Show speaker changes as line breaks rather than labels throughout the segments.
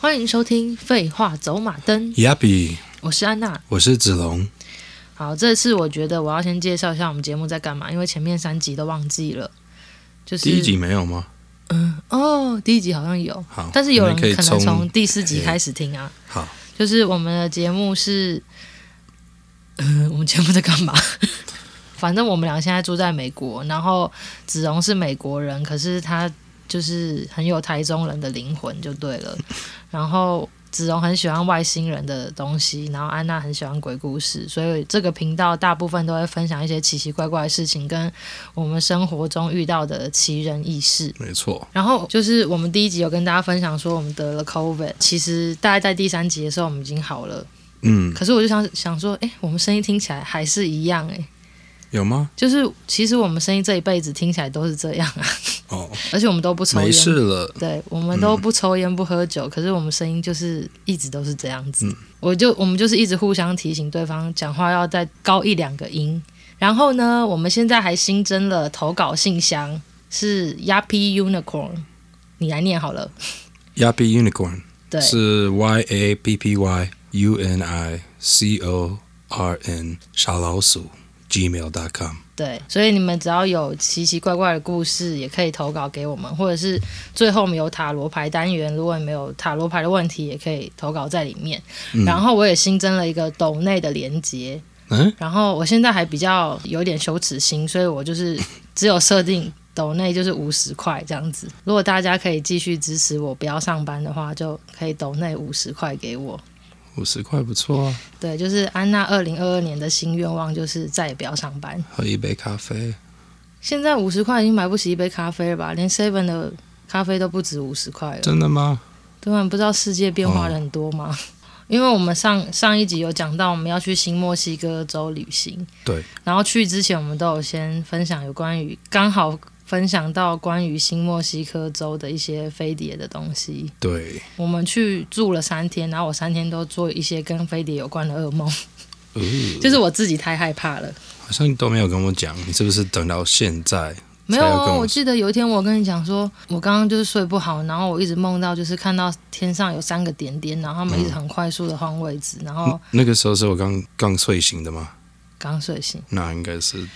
欢迎收听《废话走马灯》，
亚比，
我是安娜。
我是子龙。
好，这次我觉得我要先介绍一下我们节目在干嘛，因为前面三集都忘记了。就是
第一集没有吗？
嗯，哦，第一集好像有，
好，
但是有人
那可以
可能从
从
第四集
嘿
开始听啊。
好，
就是我们的节目是，嗯、 我们节目在干嘛？反正我们俩现在住在美国，然后子荣是美国人，可是他就是很有台中人的灵魂就对了。 然后子荣很喜欢外星人的东西，然后安娜很喜欢鬼故事，所以这个频道大部分都会分享一些奇奇怪怪的事情，跟我们生活中遇到的奇人异事。
没错，
然后就是我们第一集有跟大家分享说我们得了 COVID，其实大概在第三集的时候我们已经好了，
嗯，
可是我就想想说，哎，我们声音听起来还是一样哎，诶
有吗？
就是其实我们声音这一辈子听起来都是这样啊，
哦，
而且我们都不抽
没事嗯
烟。
了，
对，我们都不抽烟不喝酒，可是我们声音就是一直都是这样
嗯
子。我就我们就是一直互相提醒对方讲话要再高一两个音。然后呢，我们现在还新增了投稿信箱，是 Yappy Unicorn，你来念好了。
亚比 unicorn
对，
是 Y A P P Y U N I C O R N 小老鼠 gmail.com。
对，所以你们只要有奇奇怪怪的故事，也可以投稿给我们，或者是最后我们有塔罗牌单元，如果你们有塔罗牌的问题，也可以投稿在里面。然后我也新增了一个抖内的连接，
嗯，
然后我现在还比较有点羞耻心，所以我就是只有设定抖内就是五十块这样子。如果大家可以继续支持我，不要上班的话，就可以抖内五十块给我。
五十块不错啊，
对，就是安娜二零二二年的新愿望就是再也不要上班。
喝一杯咖啡。
现在五十块已经买不起一杯咖啡了吧？连 Seven 的咖啡都不止五十块了。
真的哦吗？
对啊，你不知道世界变化的很多吗？ 因为我们上上一集有讲到我们要去新墨西哥州旅行，
对，
然后去之前我们都有先分享有关于刚好分享到关于新墨西哥州的一些飞碟的东西。
对，
我们去住了三天，然后我三天都做一些跟飞碟有关的噩梦，
哦，
就是我自己太害怕了。
好像你都没有跟我讲，你是不是等到现在？
没有
才要
啊，
跟我
我记得有一天我跟你讲说，我刚刚就是睡不好，然后我一直梦到就是看到天上有三个点点，然后他们一直很快速的换位置，然后
嗯那个时候是我刚刚睡醒的吗？
刚睡醒，
那应该是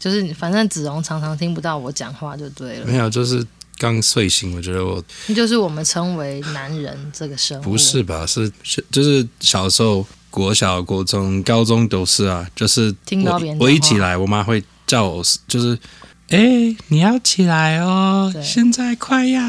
就是你反正子荣常常听不到我讲话就对了，
没有，就是刚睡醒。我觉得我
就是我们称为男人这个生物，
不是吧？
嗯
是是就是小时候，国小、国中、高中都是啊，就是
听到别
我
人
我一
讲话
起来，我妈会叫我，就是哎、你要起来哦
对，
现在快要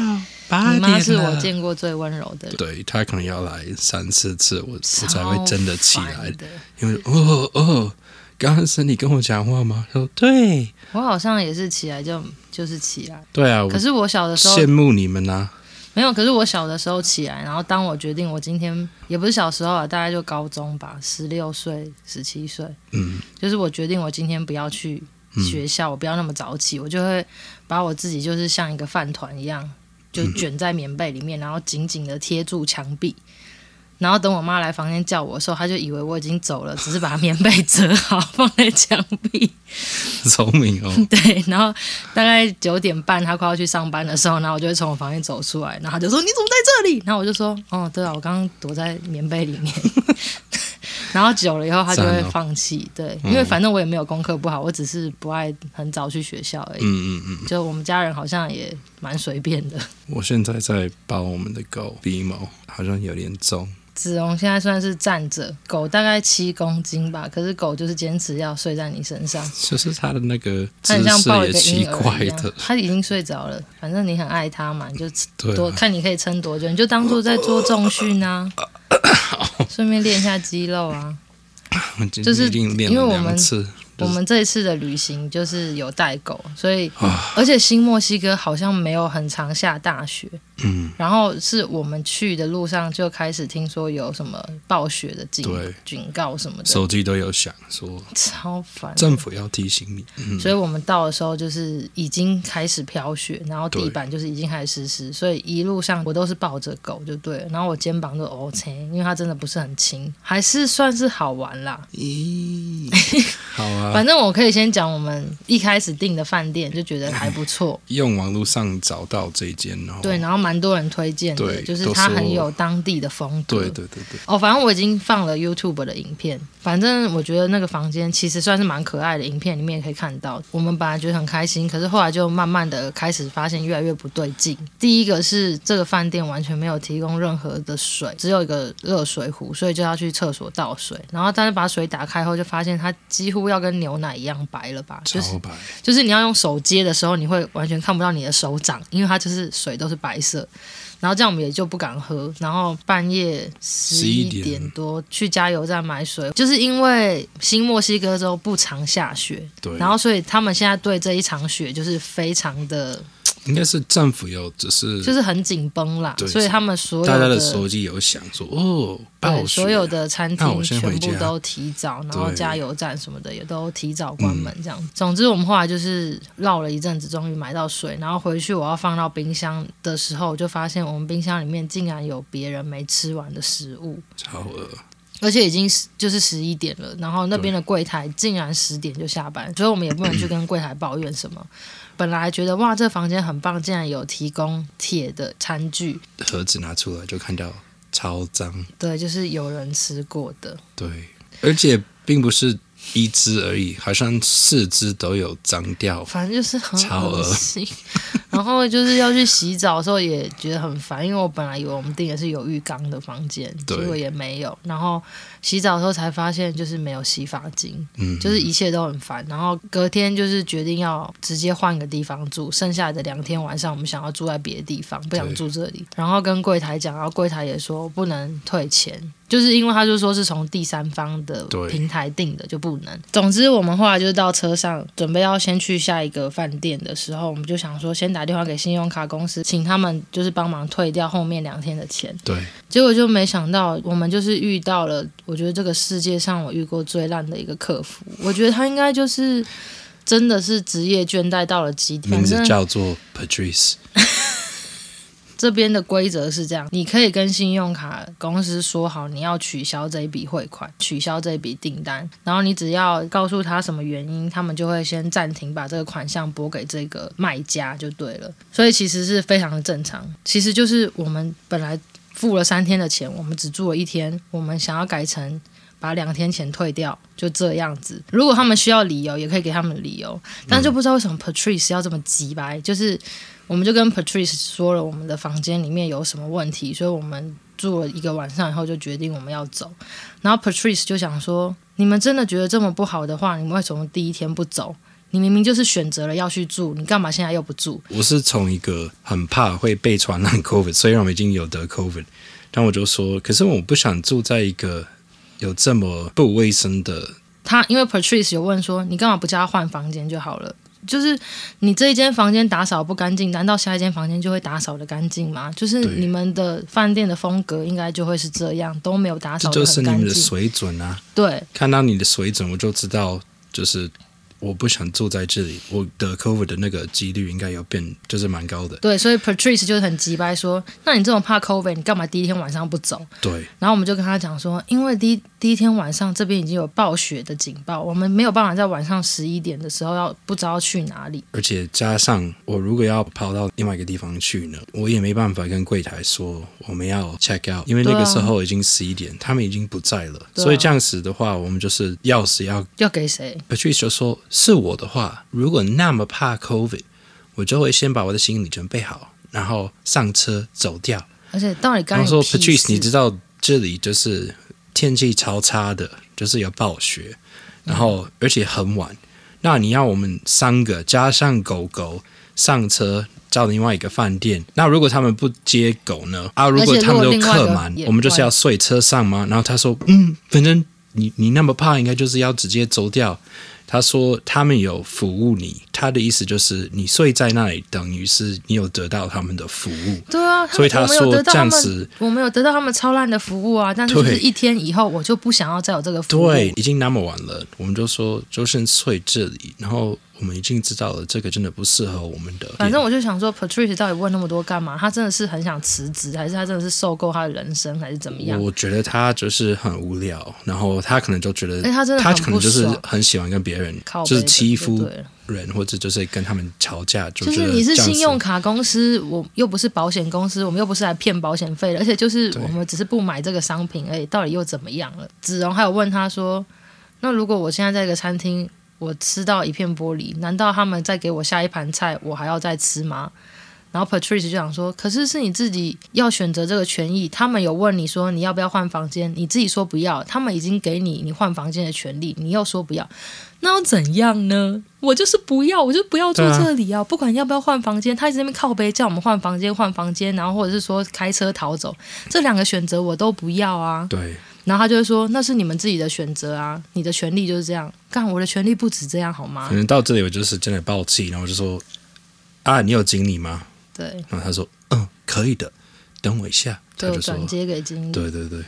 八
你
点
妈
了。
是我见过最温柔的人，
对她可能要来三四次，我我才
超
会真的起来
烦，的。
因为哦哦，刚刚是你跟我讲话吗？她说对
我好像也是起来就就是起来，
对啊，我
可是我小的时候
羡慕你们呐、啊
没有，可是我小的时候起来，然后当我决定我今天也不是小时候啊，大概就高中吧，十六岁、十七岁，
嗯，
就是我决定我今天不要去学校，我不要那么早起，我就会把我自己就是像一个饭团一样，就卷在棉被里面，然后紧紧的贴住墙壁。然后等我妈来房间叫我的时候，她就以为我已经走了，只是把棉被折好放在墙壁。
聪明哦。
对，然后大概九点半，他快要去上班的时候，然后我就会从我房间走出来，然后他就说：“你怎么在这里？”然后我就说：“哦，对啊，我刚刚躲在棉被里面。”然后久了以后，他就会
赞哦
放弃。对，因为反正我也没有功课不好，我只是不爱很早去学校而已。
嗯嗯嗯。
就我们家人好像也蛮随便的。
我现在在抱我们的狗鼻毛，好像有点重。
子荣现在算是站着，狗大概七公斤吧，可是狗就是坚持要睡在你身上，
就是它的那个
它很
姿
像
势
抱一
也
个
奇
婴儿
怪
一样
的。，
它已经睡着了。反正你很爱它嘛，你就
对
多
啊、
看你可以撑多久，你就当做在做重训 啊，顺便练一下肌肉 啊。
我今
就是
天已经练
因为
了
我们
两次，
我
就是
们这一次的旅行就是有带狗，所以而且新墨西哥好像没有很常下大雪，
嗯，
然后是我们去的路上就开始听说有什么暴雪的警
对
警告什么的，
手机都有响，说
超烦的。
政府要提醒你。嗯，
所以我们到的时候就是已经开始飘雪，然后地板就是已经开始湿湿，所以一路上我都是抱着狗就对了，然后我肩膀都哦 OK，因为它真的不是很轻，还是算是好玩啦。
咦，好啊，啊
反，正我可以先讲我们一开始订的饭店，就觉得还不错，
用网络上找到这一间，哦然后
对，然后蛮多人推荐的，
对
就是
都
它
说
很有当地的风格。
对对对对，
哦，反正我已经放了 YouTube 的影片，反正我觉得那个房间其实算是蛮可爱的，影片里面也可以看到。我们本来觉得很开心，可是后来就慢慢的开始发现越来越不对劲。第一个是这个饭店完全没有提供任何的水，只有一个热水壶，所以就要去厕所倒水。然后但是把水打开后，就发现它几乎要跟牛奶一样白了吧，就是
超白，
就是你要用手接的时候，你会完全看不到你的手掌，因为它就是水都是白色。然后这样我们也就不敢喝。然后半夜十一
11
点多去加油站买
嗯
水，就是因为新墨西哥州不常下雪，
对，
然后所以他们现在对这一场雪就是非常的，
应该是政府有，只是
就是很紧绷啦。
对
所以他们所有
大家
的
的手机有响说哦，暴
对，
雪，
所有的餐
那
厅
我先
全
回
部
家
都提早，然后
对嗯
加油站什么的也都提早关门，这样。总之，我们后来就是绕了一阵子，终于买到水，然后回去我要放到冰箱的时候，我就发现我们冰箱里面竟然有别人没吃完的食物，
超饿，
而且已经是就是十一点了，然后那边的柜台竟然十点就下班，所以我们也不能去跟柜台抱怨什 么。本来觉得哇，这房间很棒，竟然有提供铁的餐具，
盒子拿出来就看到超脏，
对，就是有人吃过的。
对，而且并不是一只而已，好像四只都有脏掉，
反正就是很
超
恶
恶
心。然后就是要去洗澡的时候也觉得很烦，因为我本来以为我们订的是有浴缸的房间，结
对
果也没有。然后洗澡的时候才发现就是没有洗发精，
嗯，
就是一切都很烦。然后隔天就是决定要直接换个地方住，剩下的两天晚上我们想要住在别的地方，不想
对
住这里。然后跟柜台讲，然后柜台也说不能退钱。就是因为他就说是从第三方的
对
平台订的，就不能。总之，我们后来就是到车上，准备要先去下一个饭店的时候，我们就想说先打电话给信用卡公司，请他们就是帮忙退掉后面两天的钱。
对，
结果就没想到，我们就是遇到了，我觉得这个世界上我遇过最烂的一个客服。我觉得他应该就是真的是职业倦怠到了极点。
名字
反正
叫做 Patrice，
这边的规则是这样，你可以跟信用卡公司说好你要取消这一笔汇款，取消这一笔订单，然后你只要告诉他什么原因，他们就会先暂停把这个款项拨给这个卖家就对了。所以其实是非常的正常，其实就是我们本来付了三天的钱，我们只住了一天，我们想要改成。把两天钱退掉，就这样子。如果他们需要理由，也可以给他们理由，但就不知道为什么 Patrice 要这么急白，就是我们就跟 Patrice 说了我们的房间里面有什么问题，所以我们住了一个晚上以后就决定我们要走。然后 Patrice 就想说：“你们真的觉得这么不好的话，你们为什么第一天不走？你明明就是选择了要去住，你干嘛现在又不住？
我是从一个很怕会被传染 COVID，虽然我已经有得 COVID，但我就说，可是我不想住在一个有这么不卫生的，
他因为 Patrice 有问说：你干嘛不叫他换房间就好了？”就是你这一间房间打扫不干净，难道下一间房间就会打扫的干净吗？就是
对
你们的饭店的风格应该就会是这样，都没有打
这
扫
就
的
是
很
你
干
们的
净。
水准啊！
对，
看到你的水准，我就知道，就是我不想住在这里，我得 COVID 的那个几率应该有变，就是蛮高的。
对，所以 Patrice 就是很急掰说：“那你这种怕 COVID，你干嘛第一天晚上不走
对？”
然后我们就跟他讲说：“因为第一第一天晚上这边已经有暴雪的警报，我们没有办法在晚上十一点的时候要不知道去哪里。
而且加上我如果要跑到另外一个地方去呢，我也没办法跟柜台说我们要 check out，因为那
对
个
啊
时候已经十一点，他们已经不在了。
对啊
所以这样子的话，我们就是钥匙要”
要给谁？
Patrice 就说，是我的话，如果那么怕 COVID，我就会先把我的行李准备好，然后上车走掉。
而且到底干
然后
你
说
屁
Patrice，你
事
知道这里就是天气超差的，就是有暴雪，
嗯
然后而且很晚。那你要我们三个加上狗狗上车到另外一个饭店，那如果他们不接狗呢？啊，如果他们都客
另外
满
一个，也
我们就是要睡车上吗？然后他说，嗯，反正你你那么怕，应该就是要直接走掉。他说他们有服务你，他的意思就是你睡在那里，等于是你有得到他们的服务。
对啊，
所以他
我没有
说
得到
这
他
样
们
子，
我没有得到他们超烂的服务啊！但是就是
对
一天以后，我就不想要再有这个服务。
对，已经那么晚了，我们就说就先睡这里。然后我们已经知道了这个真的不适合我们的店。
反正我就想说，Patrice 到底问那么多干嘛？他真的是很想辞职，还是他真的是受够他的人生，还是怎么样？
我觉得他就是很无聊，然后他可能就觉得
哎，他真的
他
很
可能
不
就是
爽，
很喜欢跟别人
靠
就是
背的
欺
就
负
对了
人，或者就是跟他们吵架，就
就
觉
是
得
你是
这样
信
子
用卡公司，我又不是保险公司，我们又不是来骗保险费的，而且就是
对
我们只是不买这个商品而已，到底又怎么样了？子荣还有问他说，那如果我现在在一个餐厅，我吃到一片玻璃，难道他们再给我下一盘菜，我还要再吃吗？然后 Patrice 就想说，可是是你自己要选择这个权益，他们有问你说你要不要换房间，你自己说不要，他们已经给你你换房间的权利，你又说不要，那又怎样呢？我就是不要，我就不要住
对啊
这里啊！不管要不要换房间，他一直在那边靠背叫我们换房间，换房间，然后或者是说开车逃走，这两个选择我都不要啊。
对，
然后他就会说，那是你们自己的选择啊，你的权利就是这样。干，我的权利不止这样好吗
可？能到这里我就是真的爆气，然后我就说啊，你有经理吗？
对，
然后他说嗯，可以的，等我一下。他
就
就说
转接给经理。
对对对，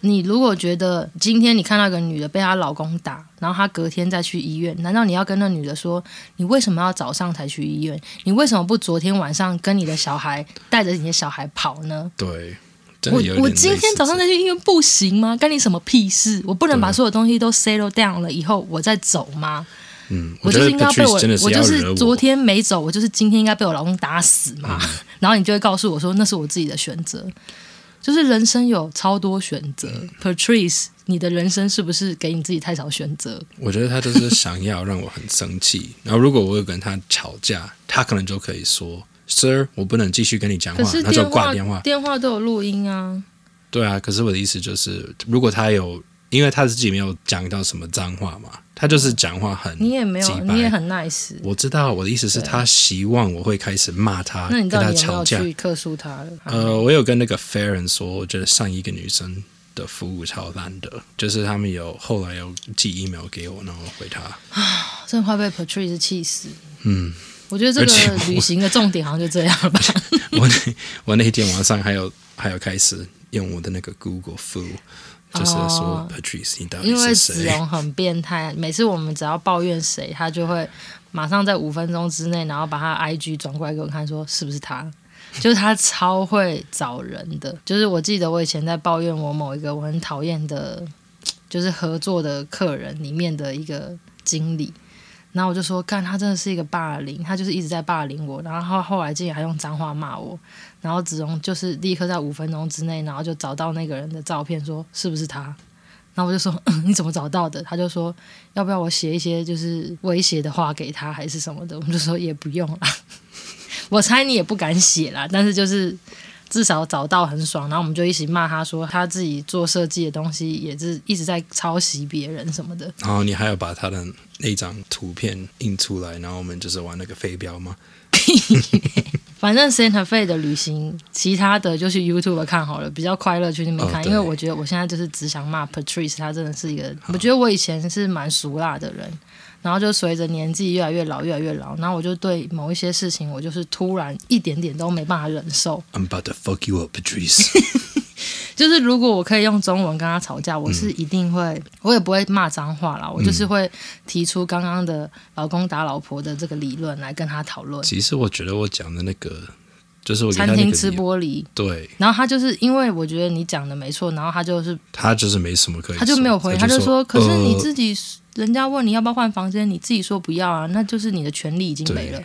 你如果觉得今天你看到一个女的被她老公打，然后她隔天再去医院，难道你要跟那女的说，你为什么要早上才去医院？你为什么不昨天晚上跟你的小孩带着你的小孩跑呢？
对，真
我
的有
我
点
今
类
天
似
早上
这
再去医院不行吗？干你什么屁事？我不能
对
把所有东西都 settle down 了以后我再走吗？
嗯，
我
觉
就
得
是应该要被
Patrice
我，
真的是
我
要
就
惹
是
我。嗯
昨天没走，我就是今天应该被我老公打死嘛。然后你就会告诉我说，那是我自己的选择。就是人生有超多选择、p
嗯
a t r i c e 你的人生是不是给你自己太少选择？
我觉得他就是想要让我很生气。然后如果我有跟他吵架，他可能就可以说：“Sir，我不能继续跟你讲话
可。”是
然后就
电
挂
话
电话。
电话都有录音啊，
对啊，可是我的意思就是，如果他有，因为他自己没有讲到什么脏话嘛，他就是讲话很
你也没
几
有，啊
百
你也很 nice。
我知道我的意思是，
对
他希望我会开始骂他，
那
跟
你到
他
底有没
吵
有
架。
去克诉他了？啊
呃，我有跟那个 Farron 说，我觉得上一个女生的服务超烂的，就是他们有后来有寄 email 给我，然后我回他，
真的快被 Patrice 气死。
嗯，
我觉得这
而且
个
我
旅行的重点好像就这样了吧。
我那我那天晚上还有还有开始用我的那个 Google Foo，就是说
哦
Patrice，你到底
因为
是
子
谁？
荣很变态，啊每次我们只要抱怨谁，他就会马上在五分钟之内，然后把他 IG 转过来给我看，说是不是他。就是他超会找人的，就是我记得我以前在抱怨我某一个我很讨厌的，就是合作的客人里面的一个经理，然后我就说干他真的是一个霸凌，他就是一直在霸凌我，然后他后来竟然还用脏话骂我，然后子荣就是立刻在五分钟之内，然后就找到那个人的照片说是不是他，然后我就说、嗯、你怎么找到的？他就说要不要我写一些就是威胁的话给他还是什么的？我们就说也不用啦， 我猜你也不敢写啦，但是就是至少找到很爽。然后我们就一起骂他说他自己做设计的东西也是一直在抄袭别人什么的。
然后你还有把他的那张图片印出来，然后我们就是玩那个飞镖嘛。
反正 Santa Fe 的旅行，其他的就去 YouTube 看好了，比较快乐去那边看，
哦
因
对
为我觉得我现在就是只想骂 Patrice，他真的是一个，我觉得我以前是蛮俗辣的人，然后就随着年纪越来越老，越来越老，然后我就对某一些事情，我就是突然一点点都没办法忍受，
I'm about to fuck you up, Patrice。
就是如果我可以用中文跟他吵架，我是
嗯
一定会，我也不会骂脏话啦，我就是会提出刚刚的老公打老婆的这个理论来跟他讨论，
其实我觉得我讲的那个，就是我给他
餐
那个
厅
理
吃玻璃。
对
然后他就是因为我觉得你讲的没错，然后他就是
他就是没什么可以
他
说，
就没有回，他
就
就说：“可是你
呃
自己，人家问你要不要换房间，你自己说不要啊，那就是你的权利已经没了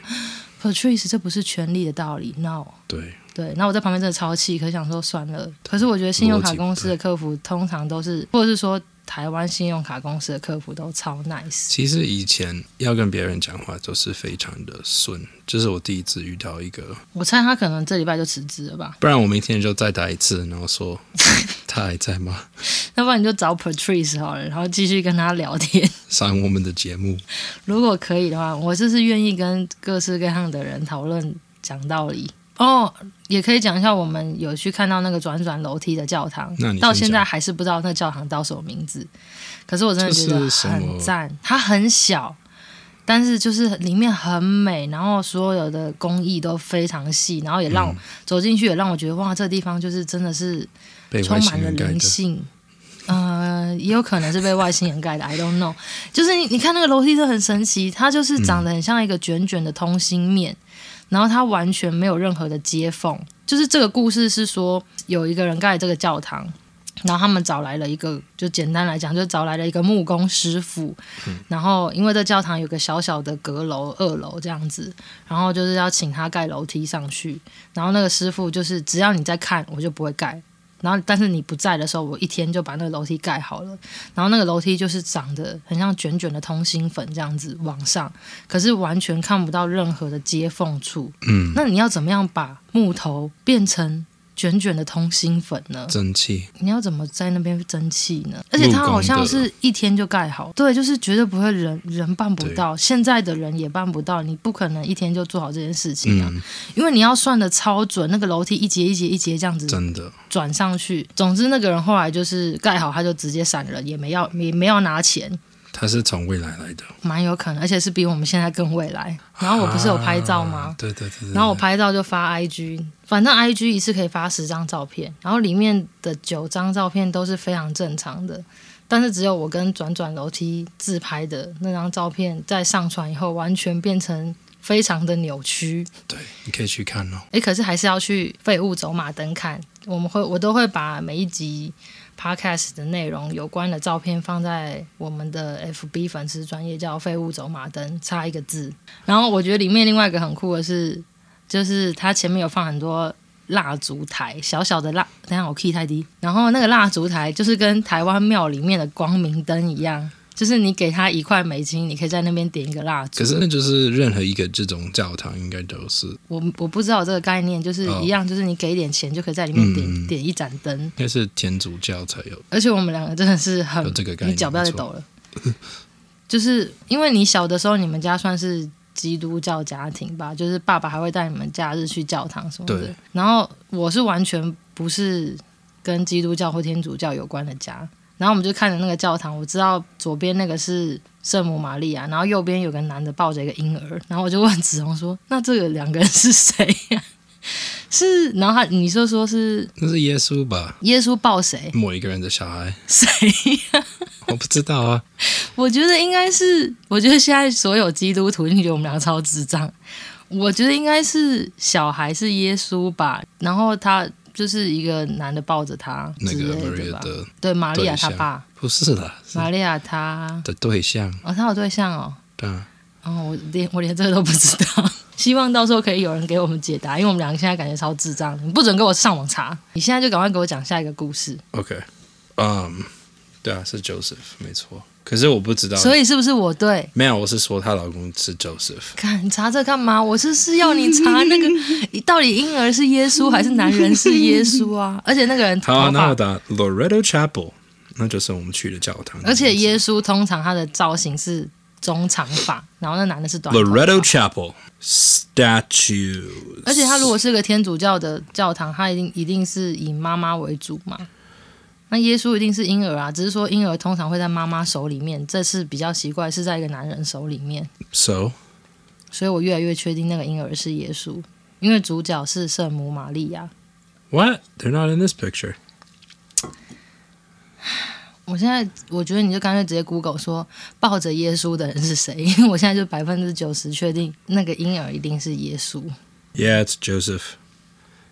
对。
”Patrice，这不是权利的道理，no。
对
对，那我在旁边真的超气，可是想说算了。可是我觉得信用卡公司的客服通常都是，或者是说台湾信用卡公司的客服都超 nice。
其实以前要跟别人讲话都是非常的顺，这、是我第一次遇到一个，
我猜他可能这礼拜就辞职了吧，
不然我明天就再打一次，然 后说他还在吗？
要不然你就找 Patrice 好了，然后继续跟他聊天。
上我们的节目，
如果可以的话，我就是愿意跟各式各样的人讨论讲道理。哦，也可以讲一下，我们有去看到那个转转楼梯的教堂
那你，先
到现在
讲
还是不知道那教堂叫什么名字。可是我真的觉
这
得
是什么
很赞，它很小，但是就是里面很美，然后所有的工艺都非常细，然后也让
嗯
我、走进去也让我觉得哇，这地方就是真的是
被外
充
星
满了
人盖
灵
的，
性，呃，也有可能是被外星人盖的，I don't know。就是你你看那个楼梯车很神奇，它
嗯
就是长得很像一个卷卷的通心面，然后它完全没有任何的接缝。就是这个故事是说，有一个人盖这个教堂，然后他们找来了一个，就简单来讲，就找来了一个木工师傅。
嗯
然后因为这教堂有个小小的阁楼，二楼这样子，然后就是要请他盖楼梯上去。然后那个师傅就是只要你在看，我就不会盖。然后，但是你不在的时候，我一天就把那个楼梯盖好了。然后那个楼梯就是长得很像卷卷的通心粉这样子往上，可是完全看不到任何的接缝处。
嗯，
那你要怎么样把木头变成卷卷的通心粉呢？
蒸汽，
你要怎么在那边蒸汽呢？而且它好像是一天就盖好，对，就是绝对不会人人办不到，现在的人也办不到，你不可能一天就做好这件事情啊，
嗯，
因为你要算的超准，那个楼梯一节一节一节这样子
真的，
转上去。总之，那个人后来就是盖好，他就直接闪人，也没要也没要拿钱，
它是从未来来的。
蛮有可能，而且是比我们现在更未来。然后我不是有拍照吗？
啊对对对对。
然后我拍照就发 IG，反正 IG 一次可以发十张照片，然后里面的九张照片都是非常正常的，但是只有我跟转转楼梯自拍的那张照片在上传以后，完全变成非常的扭曲。
对，你可以去看哦。
诶，可是还是要去废物走马灯看，我们会我都会把每一集 podcast 的内容有关的照片放在我们的 FB 粉丝专业叫“废物走马灯”，差一个字。然后我觉得里面另外一个很酷的是，就是它前面有放很多。蜡烛台，小小的蜡，等一下我 key 太低。然后那个蜡烛台就是跟台湾庙里面的光明灯一样，就是你给它一块美金，你可以在那边点一个蜡烛。
可是那就是任何一个这种教堂应该都是，应
我我不知道这个概念，就是
哦
一样，就是你给一点钱就可以在里面点、
嗯嗯
点一盏灯，
该是天主教才有。
而且我们两个真的是很
有这个概念
你脚不要再
没错
抖了， 就是因为你小的时候你们家算是基督教家庭吧，就是爸爸还会带你们假日去教堂什么的
对，
然后我是完全不是跟基督教或天主教有关的家。然后我们就看着那个教堂，我知道左边那个是圣母玛利亚，然后右边有个男的抱着一个婴儿，然后我就问子红说：“那这个两个人是谁呀、是？”然后他你就说是
那是耶稣吧？
耶稣抱谁？
某一个人的小孩，
谁呀、
我不知道啊。
我觉得应该是，我觉得现在所有基督徒，你觉得我们两个超智障？我觉得应该是小孩是耶稣吧，然后他就是一个男的抱着他
那
之
个
类
Maria
吧？
的
对，玛利亚
对
他
象
爸，
不是啦，是
玛利亚他
的对象，
哦，他有对象哦。
对啊，
哦，我连我连这个都不知道， 希望到时候可以有人给我们解答，因为我们两个现在感觉超智障，你不准给我上网查，你现在就赶快给我讲下一个故事。
OK，嗯、Um, 对啊，是 Joseph，没错。可是我不知道，
所以是不是我对？
没有，我是说她老公是 Joseph，
看你查这干嘛？我是是要你查那个到底婴儿是耶稣还是男人是耶稣啊？ 而且那个人
好、
头
那
发
我，打 Loretto Chapel，那就是我们去的教堂。
而且耶稣通常他的造型是中长发，然后那男的是短头发
Loretto Chapel statue，
而且他如果是个天主教的教堂，他一定一定是以妈妈为主嘛。那耶稣一定是婴儿啊，只是说婴儿通常会在妈妈手里面，这次比较奇怪，是在一个男人手里面，
so
所以我越来越确定那个婴儿是耶稣，因为主角是圣母玛利亚。
what they're not in this picture。
我现在我觉得你就干脆直接 Google 说抱着耶稣的人是谁， 因为我现在就百分之九十确定那个婴儿一定是耶稣。
Yeah, it's Joseph，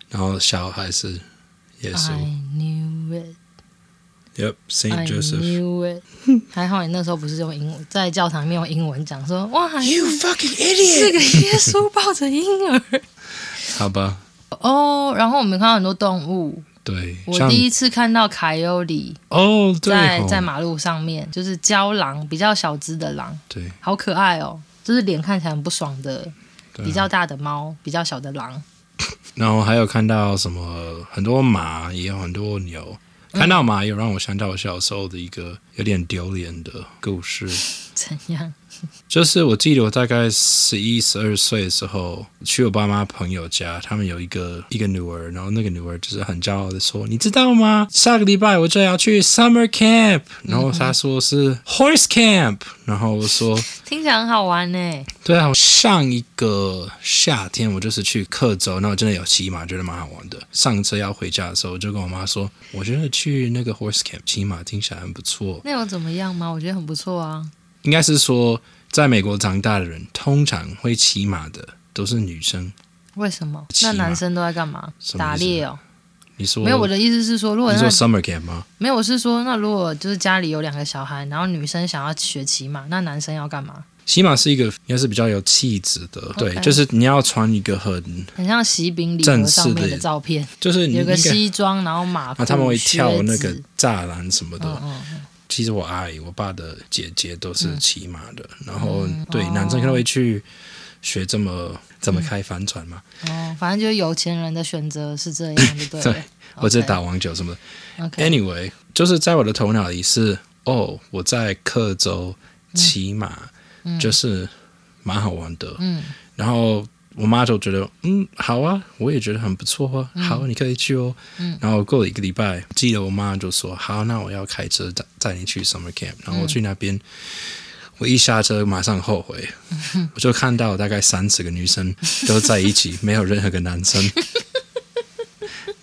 然后小孩是耶稣。
I knew it.
Yep,
I
Saint Joseph。
knew it，还 好你那时候不是用英文，在教堂里面用英文讲说， 哇
fucking
是个耶稣抱着婴儿
好吧，
哦。然后我们看到很多动物，
对，
我
像
第一次看到凯尤里
哦，对
在
哦，
在马路上面，就是郊狼，比较小只的狼，
对
好可爱哦，就是脸看起来很不爽的，
对啊
比较大的猫，比较小的狼。
然后还有看到什么很多马，也有很多牛。看到马有让我想到我小时候的一个有点丢脸的故事，
怎样？
就是我记得我大概十一、十二岁的时候，去我爸妈朋友家，他们有一个一个女儿，然后那个女儿就是很骄傲的说：“你知道吗？下个礼拜我就要去 summer camp。”然后她说是 horse camp，然后我说
听起来很好玩呢、：“
对啊，上一个夏天我就是去克州，那我真的有骑马，觉得蛮好玩的。上车要回家的时候，我就跟我妈说，我觉得去那个 horse camp 骑马听起来很不错。
那有怎么样吗？我觉得很不错啊。
应该是说，在美国长大的人，通常会骑马的都是女生。
为什么？
骑
那
马
男生都在干嘛
什？么意思
打猎哦。
你说
没有，我的意思是说，如果
你
那
说 summer camp 吗？
没有，我是说，那如果就是家里有两个小孩，然后女生想要学骑马，那男生要干嘛？
骑马是一个应该是比较有气质的对，就是你要穿一个很，
很像喜饼礼
正
盒
式
上面
的
的照片，
就是你
有
应该
个西装，然后马裤、
啊，他们会
靴
跳那
子
个栅栏什么的。
嗯嗯嗯
其实我阿姨、我爸的姐姐都是骑马的，然后对、男生可能会去学这么怎么开帆船嘛，
哦，反正就是有钱人的选择是这样，对不
对
对？
或者打网球什么的。
OK，
Anyway，就是在我的头脑里是哦，我在克州
嗯
骑马，就是蛮好玩的。
嗯
然后我妈就觉得，嗯，好啊，我也觉得很不错啊，好，你可以去哦。
嗯
然后过了一个礼拜，记得我妈就说，好，那我要开车载载你去 summer camp。然
嗯
后我去那边，我一下车马上后悔，
嗯
我就看到大概三十个女生都在 一起，没有任何个男生。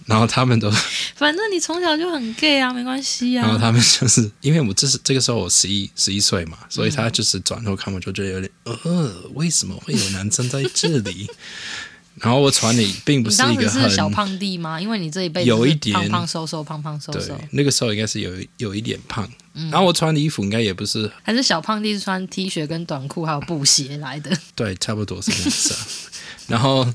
然后他们都
反正你从小就很 gay 啊，没关系
然后
啊。
他们就是因为我这是这个时候我十一十一岁
嗯
嘛，所以他就是转头看我就觉得有点呃，为什么会有男生在这里？ 然后我传你并不
你
是
当
一
时
个
是小
很
胖弟吗？因为你这一辈子
有
是
一点
胖胖瘦瘦，胖胖瘦
对
瘦，，
那个时候应该是有有一点胖，
嗯
然后我穿的衣服应该也不是
还是小胖弟是穿 T 恤跟短裤还有布鞋来 的？
对，差不多是这样子、啊。 然后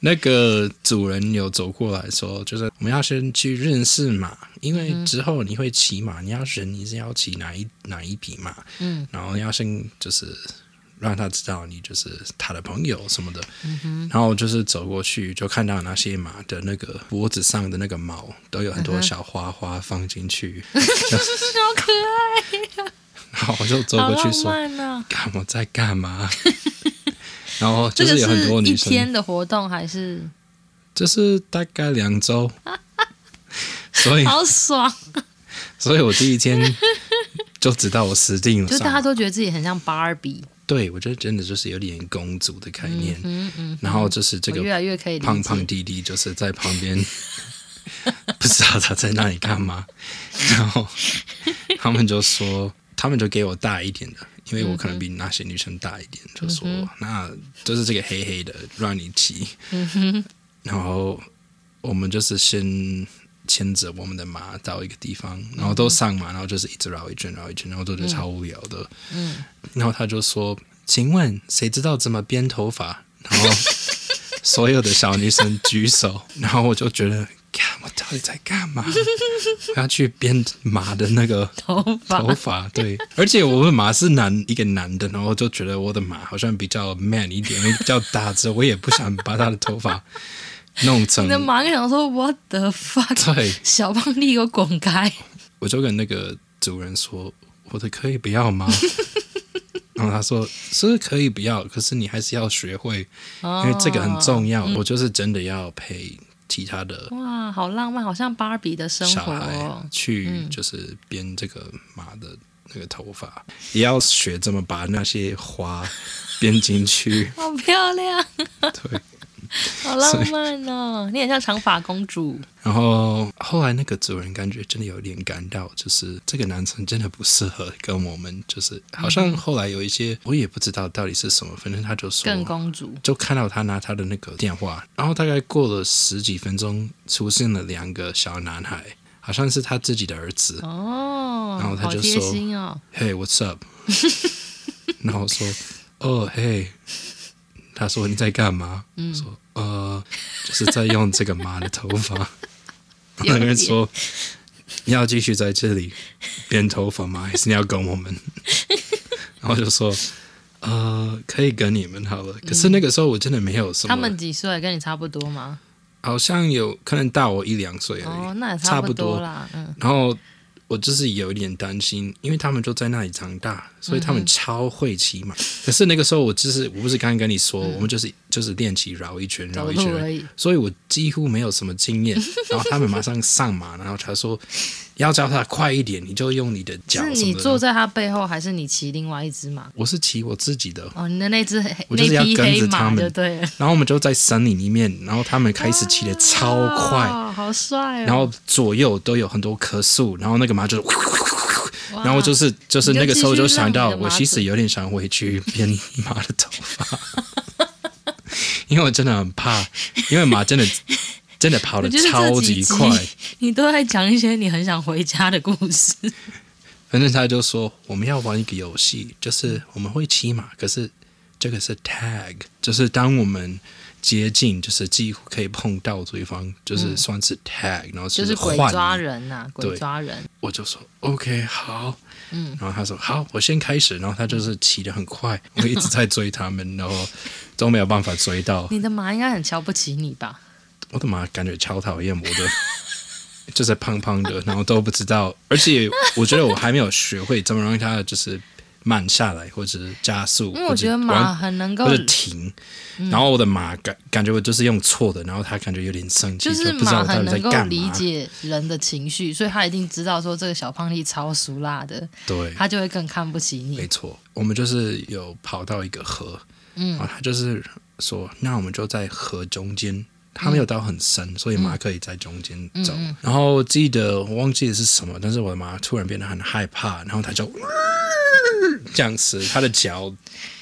那个主人有走过来说，就是我们要先去认识马，因为之后你会骑马，你要选你是要骑哪一哪一匹马，
嗯，
然后要先就是让他知道你就是他的朋友什么的，嗯、然后就是走过去就看到那些马的那个脖子上的那个毛都有很
嗯
多小花花放进去，
好可
然后我就走
爱，好
过去
浪
说
漫啊！：“
干我在干嘛？” 然后就
这个
有很多
是
女
一
生，
天的活动还 是
就是大概两 周，所以
好爽？
所以我第一天就知道我死定了
就
上，
是大家都觉得自己很像芭比，
对我觉得真的就是有点公主的概念，
嗯嗯，
然后就是这
我
个
越来越可以理解。
胖胖弟弟就是在旁边， 不知道他在那里干嘛。然 后他们就说，他们就给我大一点的，因为我可能比那些女生大一点，就说
嗯
那就是这个黑黑的让你骑。然后我们就是先。牵着我们的马到一个地方，然后都上马，然后就是一直绕一圈，绕一圈，然后都觉得超无聊的。
嗯，
然后他就说：“请问谁知道怎么编头发？”然 后所有的小女生举手，然后我就觉得，看我到底在干 嘛？我要去编马的那个
头发
头发，对。而且我的马是男一个男的，然后我就觉得我的马好像比较 man 一点，比较大只，我也不想把他的头发弄成
你。的马跟想说 What the fuck？
对，
小胖弟给我滚开！
我就跟那个主人说：“我的可以不要吗？” 然后他说：“是可以不要，可是你还是要学会，
哦
因为这个很重要。
嗯
我就是真的要陪其他的
哇，好浪漫，好像芭比的生
小
活、
孩
哦。
去，就是编这个马的那个头发，也要学怎么把那些花编进去。
好漂亮，
对，
好浪漫哦！你很像长发公主，
然后后来那个主人感觉真的有点感到，就是这个男生真的不适合跟我们，就是好像后来有一些我也不知道到底是什么，反正他就说
更公主。
就看到他拿他的那个电话，然后大概过了十几分钟，出现了两个小男孩，好像是他自己的儿子。
哦，
然后他
好
就
贴
说
心哦，
Hey, what's up？然后我说，哦，嘿。他说你在干嘛？
嗯
我说呃，就是在用这个妈的头发。
有
那个人
点
说，你要继续在这里 编头发吗？还是你要跟 我们？然后就说，呃，可以跟你们好了。可是那个时候我真的没有什么，
他们几岁？跟你差不多吗？
好像有可能大我一两岁而已。
哦，那也
差不
不
多
啦。嗯，
然后我就是有一点担心，因为他们就在那里长大，所以他们超会骑马。可是那个时候我就是我不是刚刚跟你说，我们就是就是练习绕一圈
走
绕一
路
圈，
而已。
所以我几乎没有什么经验。然后他们马上上马，然后他说要叫他快一点，你就用你的脚
是
什
你
么的。
坐在他背后，还是你骑另外一只马？
我是骑我自己的，
哦，你的那只黑
我就是要
那匹
跟着
黑
他
马
们
就对了，
然后我们就在森林里面，然后他们开始骑的超快，
哇好帅哦！
然后左右都有很多棵树，然后那个马就是，
哇
然后就是就是那个时候就想到，
你就继续让你的马
我其实有点想 回去编马的头发，因为我真的很怕，因为马 真的真的跑
我
得
觉得
超
这
级
几集
快，
你都在讲一些你很想回家的故 事。
反正他就说我们要玩一个游戏，就是我们会骑马，可是这个是 tag，就是当我们接近，就是几乎可以碰到对方，就是算是 tag，、然后
嗯就是鬼
换
抓人呐、
对
鬼抓人，
我就说 OK 好，
嗯，
然后他说好，我先开始，然后他就是骑得很快，我一直在追他们，然后 都没有办法追到，
你的马应该很瞧不起你吧？
我的妈，感觉超讨厌我的， 就是胖胖的，然后都不知道，而且我觉得我还没有学会怎么让它就是慢下来，或者是加速，
因为
或
我
者
觉得马嗯
完
很能够
或，者停，然后我的马感感觉我就是用错的，然后它感觉有点生气，
就是
不知道
马
我到
很
底在
能够
干嘛，
理解人的情绪，所以他一定知道说这个小胖弟超俗辣的，
对，
他就会更看不起
没
你。
错，我们就是有跑到一个河，
嗯
然后他就是说，那我们就在河中间，它没
嗯
有到很深，所以马可以在中间走。然后记得我忘记是什么，但是我的马突然变得很害怕，然后它就、这样子，它的脚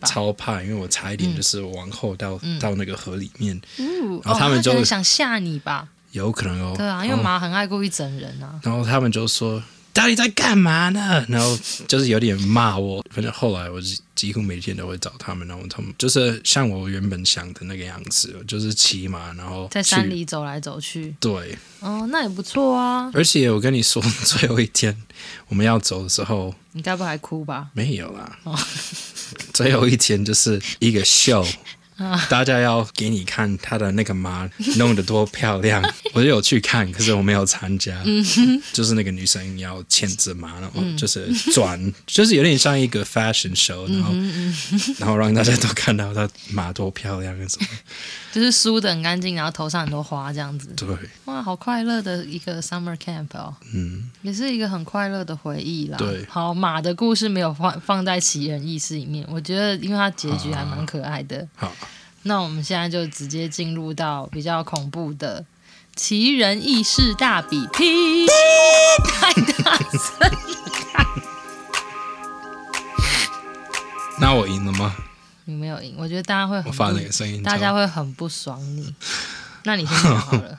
超怕，因为我差一点就是往后到、到那个河里面，
嗯，
然后他们
哦
就
可能想吓你吧？
有可能哦。
对啊，因为马很爱故意整人啊。
然后他们就说：“到底在干嘛呢？”然后就是有点骂我。反正后来我几几乎每天都会找他们，然后他们就是像我原本想的那个样子，就是骑马，然后
在
去
山。里走来走去，
对，
哦，那也不错啊。
而且我跟你说， 最后一天我们要走的时候
你该不会还哭吧？哦
没有啦。最后一天就是一个秀。
啊
大家要给你看他的那个马 弄得多漂亮，我就有去看，可是我没有参加。
嗯
就是那个女生要牵着马，然后就是转， 就是有点像一个 fashion
嗯
show，然后然后让大家都看到她马多漂亮那种。
就是梳的很干净，然后头上很多花这样子。
对，
哇，好快乐的一个 summer camp 哦，
嗯，
也是一个很快乐的回忆啦。
对
好，马的故事没有放放在奇人异事里面，我觉得因为它结局
啊
还蛮可爱的。
好，
那我们现在就直接进入到比较恐怖的奇人异事大比拼，太大声了，
那我赢了吗？
你没有赢，我觉得大家会很
我
不
发那个声音，
大家会很不爽你。那你先讲好 了，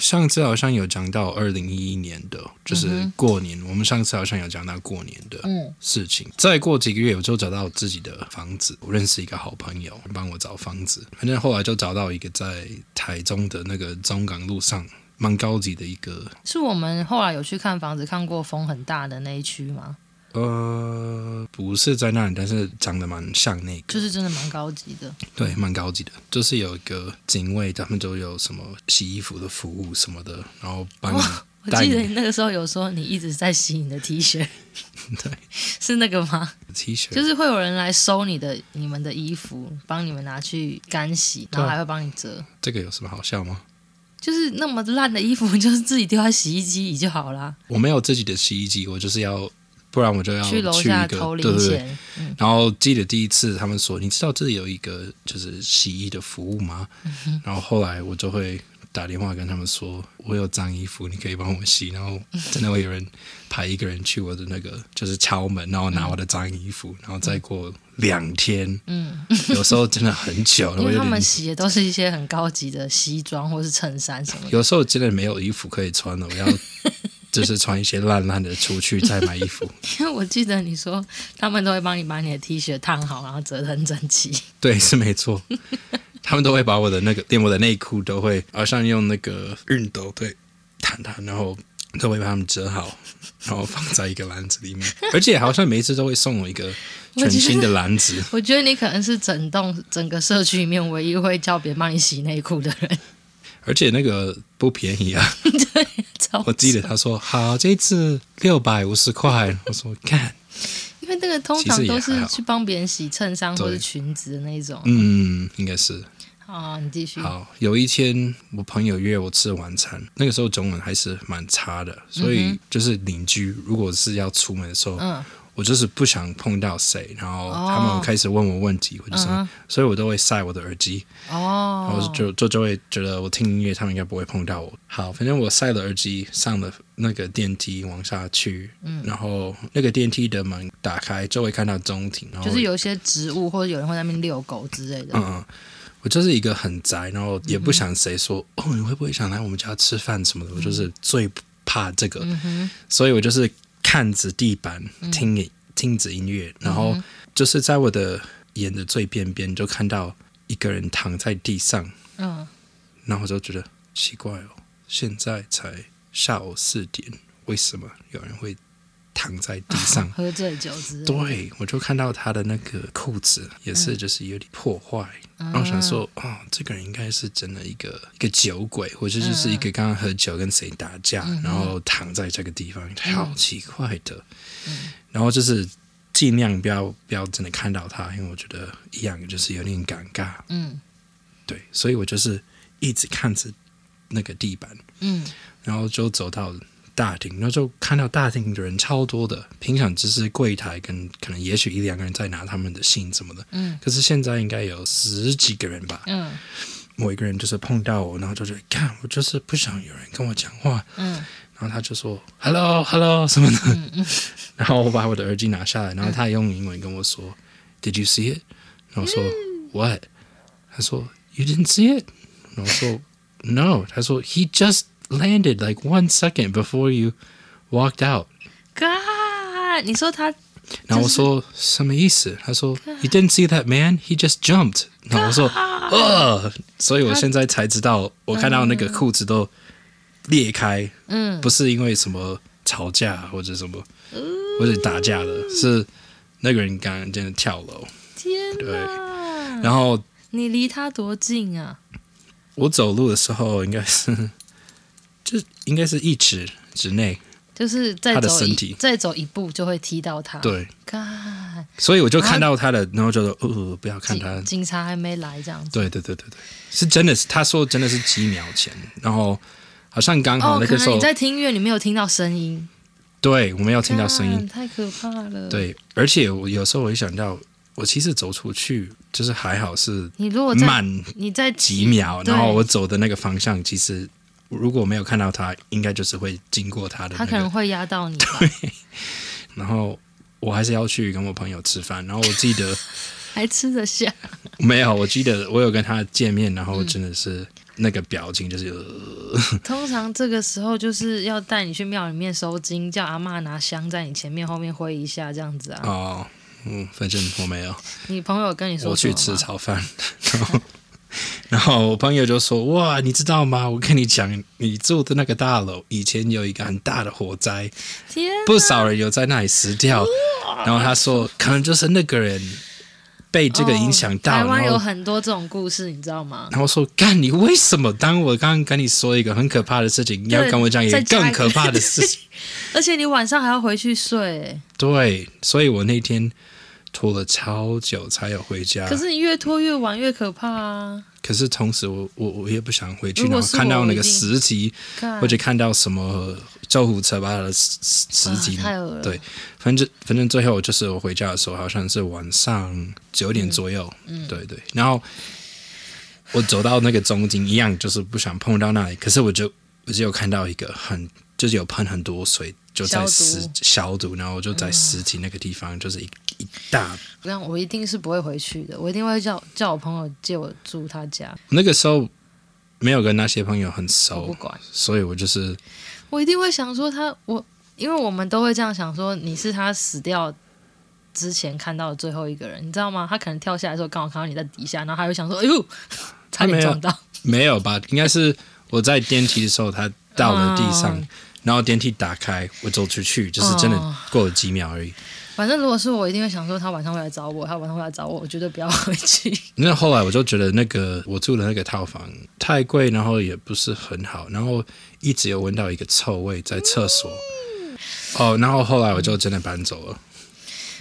上次好像有讲到二零一一年的，就是过年。我们上次好像有讲到过年的
嗯
事情。再过几个月，我就找到自己的房子。我认识一个好朋友，帮我找房子。反正后来就找到一个在台中的那个中港路上，蛮高级的一个。
是我们后来有去看房子，看过风很大的那一区吗？
呃，不是在那里，但是长得蛮像那个，
就是真的蛮高级的。
对，蛮高级的。就是有一个警卫，他们都有什么洗衣服的服务什么的，然后帮你
我
带
记
你
得你那个时候有说你一直在洗你的 T 恤，
对
是那个吗？
T 恤，
就是会有人来收你的、你们的衣服，帮你们拿去干洗，然后
对
还会帮你折。
这个有什么好笑吗？
就是那么烂的衣服， 就是自己丢在洗衣机里就好啦，
我没有自己的洗衣机，我就是要，不然我就要
去楼
哦一
下
个
投
对
零
对对。
钱。
然后记得第一次他们说，你知道这里有一个就是洗衣的服务吗？然后后来我就会打电话跟他们说，我有脏衣服，你可以帮我洗。然后真的会有人派一个人去我的那个就是敲门，然后拿我的脏衣服，然后再过两天，
嗯，
有时候真的很久了，
因
我
为
有
他们
点。
洗的都是一些很高级的西装或是衬衫什么的。
有时候真的没有衣服可以穿了，我要就是穿一些烂烂的出去再买衣服。
因为我记得你说他们都会帮你把你的 T 恤烫好，然后折得很整齐。
对，是没错。他们都会把我的那个，连我的内裤都会，好像用那个熨斗对弹弹，然后都会把它们折好，然后放在一个篮子里面。而且好像每一次都会送我一个全新的篮子。
我觉得你可能是整栋整个社区里面唯一会叫别人帮你洗内裤的人。
而且那个不便宜啊！
超
我记得他说好，这一次六百五十块。我说看，
因为那个通常
其实也
都
还
是
好
去帮别人洗衬衫或
对
者裙子的那一种。
嗯，应该是。
啊，你继续。
嗯好，有一天我朋友约我吃晚餐，那个时候中文还是蛮差的，所以就是邻居如果是要出门的时候，
嗯
我就是不想碰到谁，然后
哦
他们开始问我问题或者什么，
嗯
所以我都会塞我的耳机，然后
哦，
就就就会觉得我听音乐他们应该不会碰到我。好，反正我塞了耳机，上了那个电梯往下去，
嗯
然后那个电梯的门打开就会看到中庭，然后
就是有一些植物或者有人会在那边遛狗之类的。
嗯嗯，我就是一个很宅，然后也不想谁说、哦，你会不会想来我们家吃饭什么的，我就是最怕这个，所以我就是看着地板，听音听着音乐，然后就是在我的眼的最边边就看到一个人躺在地上，
嗯
然后我就觉得奇怪哦，现在才下午四点，为什么有人会躺在地上？
喝醉酒之类的。
对，我就看到他的那个裤子也是，就是有点破坏。然后我想说，哦，这个人应该是真的一个一个酒鬼，或者就是一个刚刚喝酒跟谁打架，然后躺在这个地方，好奇怪的。然后就是尽量不要不要真的看到他，因为我觉得一样就是有点尴尬。
嗯
对，所以我就是一直看着那个地板，
嗯
然后就走到大厅，然后就看到大厅的人超多的，平常只是柜台跟可能也许一两个人在拿他们的信什么的，
嗯，
可是现在应该有十几个人吧，
嗯
某一个人就是碰到我，然后就觉得看我就是不想有人跟我讲话，
嗯
然后他就说 “hello hello” 什么的， 然后我把我的耳机拿下来，然后他用英文跟我说、“Did you see it？” 然后我说、“What？”
嗯
他说 “You didn't see it？” 然后我说 “No”，他说 “He just landed like one second before you walked out。
，God，你说他”
然后我说、什么意思？他说 “You didn't see that man? He just jumped。”然后我说呃，所以我现在才知道，我看到那个裤子都裂开。
嗯
不是因为什么吵架或者什么，或者打架的，是那个人刚刚真的跳楼。
天哪，
然后
你离他多近啊？
我走路的时候，应该是 就应该是一尺之内，
就是再
他的
走
身
一
体
再走一步就会踢到他。
对，
，God，
所以我
啊
就看到他的，然后就说呃，不要看他
警。警察还没来这样子。
对对对对对，是真的是，他说真的是几秒前，然后好像刚好
哦，
那
可
个时
能
候，
你在听音乐，你没有听到声音，
对，我们要听到声音
God，，太可怕了。，
对，而且我有时候我会想到，我其实走出去就是还好是
你如果在
慢
你在
几秒，
对
然后我走的那个方向，其实如果没有看到他，应该就是会经过他的
他
那
可
个。
能会压到你吧，
然后我还是要去跟我朋友吃饭，然后我记得
还吃得下。
没有，我记得我有跟他见面，然后真的是那个表情就是、呃
通常这个时候就是要带你去庙里面收金，叫阿嬷拿香在你前面后面挥一下这样子啊。
哦，嗯，反正我没有，
你朋友跟你说
我去
什
吃
么吗
炒饭，然后。 然后我朋友就说：“哇，你知道吗？我跟你讲，你住的那个大楼以前有一个很大的火灾，
天
不少人有在那里死掉。然后他说，可能就是那个人被这个影响到，
哦台湾有
然后
很多这种故事，你知道吗？
然后说，干你为什么？当我刚刚跟你说一个很可怕的事情，你要跟我讲一个
再加一
更
个
可怕的事情。
而且你晚上还要回去睡，
对，所以我那天拖了超久才有回家。
可是你越拖越晚越可怕啊！
可是同时我，我我也不想回去，
如果
然
是我
后看到那
我
个
一定
尸体，
看
或者看到什么救护车把他的尸尸体
啊太恶了
对，反正反正最后就是我回家的时候，好像是晚上九点左右，嗯，对对。然后我走到那个中间，一样就是不想碰到那里，可是我就我就有看到一个很就是有喷很多水，就在
消
尸
毒嗯
消毒，然后我就在尸体那个地方，就是一一大。
不然我一定是不会回去的，我一定会叫叫我朋友借我住他家，
那个时候没有跟那些朋友很
我不
熟，
管，
所以我就是
我一定会想说他我，因为我们都会这样想说你是他死掉。之前看到的最后一个人，你知道吗？他可能跳下来的时候刚好看到你在底下，然后他就想说：“哎呦， 差点
没有
撞到。
没有吧？应该是我在电梯的时候，他到了地上，
哦
然后电梯打开，我走出去，就是真的
哦
过了几秒而已。”
反正如果是我，一定会想说他晚上会来找我，他晚上会来找我，我绝对不要回 去。
那后来我就觉得那个我住的那个套房太贵，然后也不是很好，然后一直有闻到一个臭味在厕所。哦，然后后来我就真的搬走了。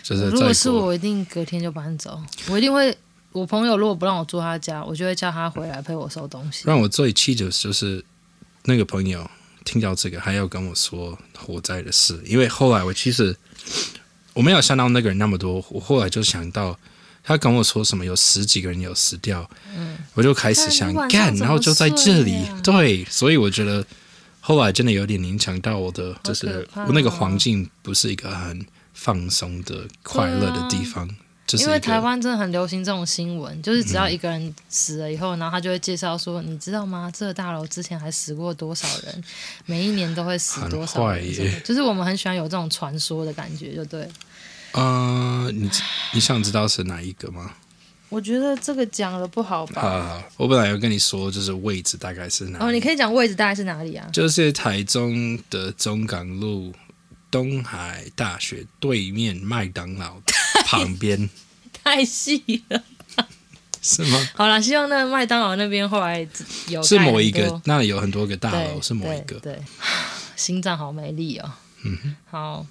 就是
如果
在
是
国
我，一定隔天就搬走，我一定会。我朋友如果不让我住他家，我就会叫他回来陪我收东西。
让我最气的就是那个朋友听到这个还要跟我说火灾的事，因为后来我其实我没有想到那个人那么多，我后来就想到他跟我说什么有十几个人有死掉，
嗯
我就开始想
但你晚上
干，
怎么
然后就在这里
睡呀，
对，所以我觉得后来真的有点影响到我的，就是
怕哦
我那个环境不是一个很放松的、快乐的地方，就是
因为
一个
台湾真的很流行这种新闻，就是只要一个人死了以后，然后他就会介绍说，你知道吗？这个大楼之前还死过多少人，每一年都会死多少
很坏
人
耶
什么的，就是我们很喜欢有这种传说的感觉，就对了。
呃，你你想知道是哪一个吗？
我觉得这个讲的不好吧？
啊，我本来要跟你说，就是位置大概是哪里？
哦，你可以讲位置大概是哪里啊？
就是台中的中港路东海大学对面麦当劳 旁边，
太细了。
是吗？
好啦，希望那麦当劳那边后来有
是
盖很
某一
多
个，那里有很多个大
对，
楼，是某一个。
对，对心脏好没力哦。嗯，好，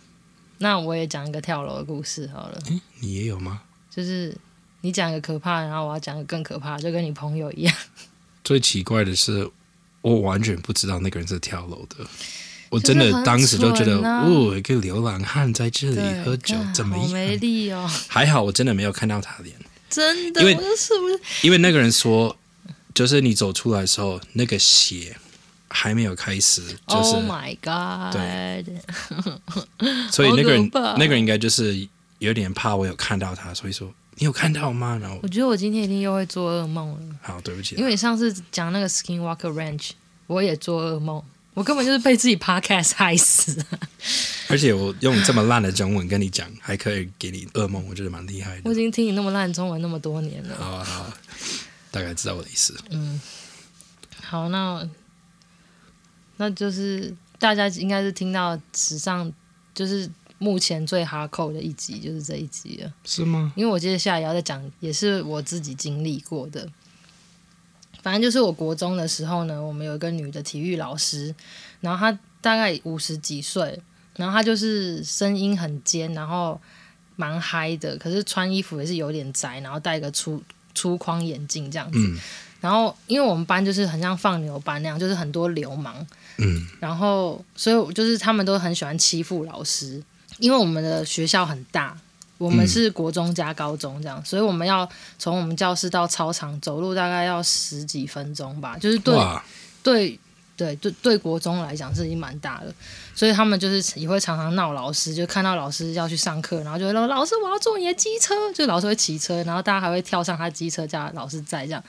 那我也讲一个跳楼的故事好了，
诶你也有吗？
就是你讲一个可怕的，然后我要讲一个更可怕的，就跟你朋友 一样。
最奇怪的是，我完全不知道那个人是跳楼的。我
就是
真的
很
当时就觉得，
蠢啊
哦，一个流浪汉在这里
对
喝酒
干，
怎么
好没
样？
力哦？
还好我真的没有看到他脸。
真的，
因为
我就是不是
因为那个人说，就是你走出来的时候，那个血还没有开始，就是
o h Oh my God！
所以那个人
好可怕
那个人应该就是有点怕我有看到他，所以说你有看到吗？然后
我觉得我今天一定又会做噩梦了。
好，对不起，
因为你上次讲那个 Skinwalker Ranch，我也做噩梦，我根本就是被自己 podcast 害死。
而且我用这么烂的中文跟你讲，还可以给你噩梦，我觉得蛮厉害
我已
的。
经听你那么烂中文那么多年了。
好啊好啊，大概知道我的意思。
好，那那就是大家应该是听到史上就是目前最哈扣的一集，就是这一集了。
是吗？
因为我接下来要再讲，也是我自己经历过的。反正就是我国中的时候呢，我们有一个女的体育老师，然后她大概五十几岁，然后她就是声音很尖，然后蛮嗨的，可是穿衣服也是有点宅，然后戴一个粗粗框眼镜这样子。
嗯
然后因为我们班就是很像放牛班那样，就是很多流氓，
嗯，
然后所以我就是他们都很喜欢欺负老师，因为我们的学校很大，我们是国中加高中这样，所以我们要从我们教室到操场走路大概要十几分钟吧，就是对
哇，
对对对对国中来讲是已经蛮大的，所以他们就是也会常常闹老师，就看到老师要去上课，然后就会说老师我要坐你的机车，就老师会骑车，然后大家还会跳上他机车叫老师载这样，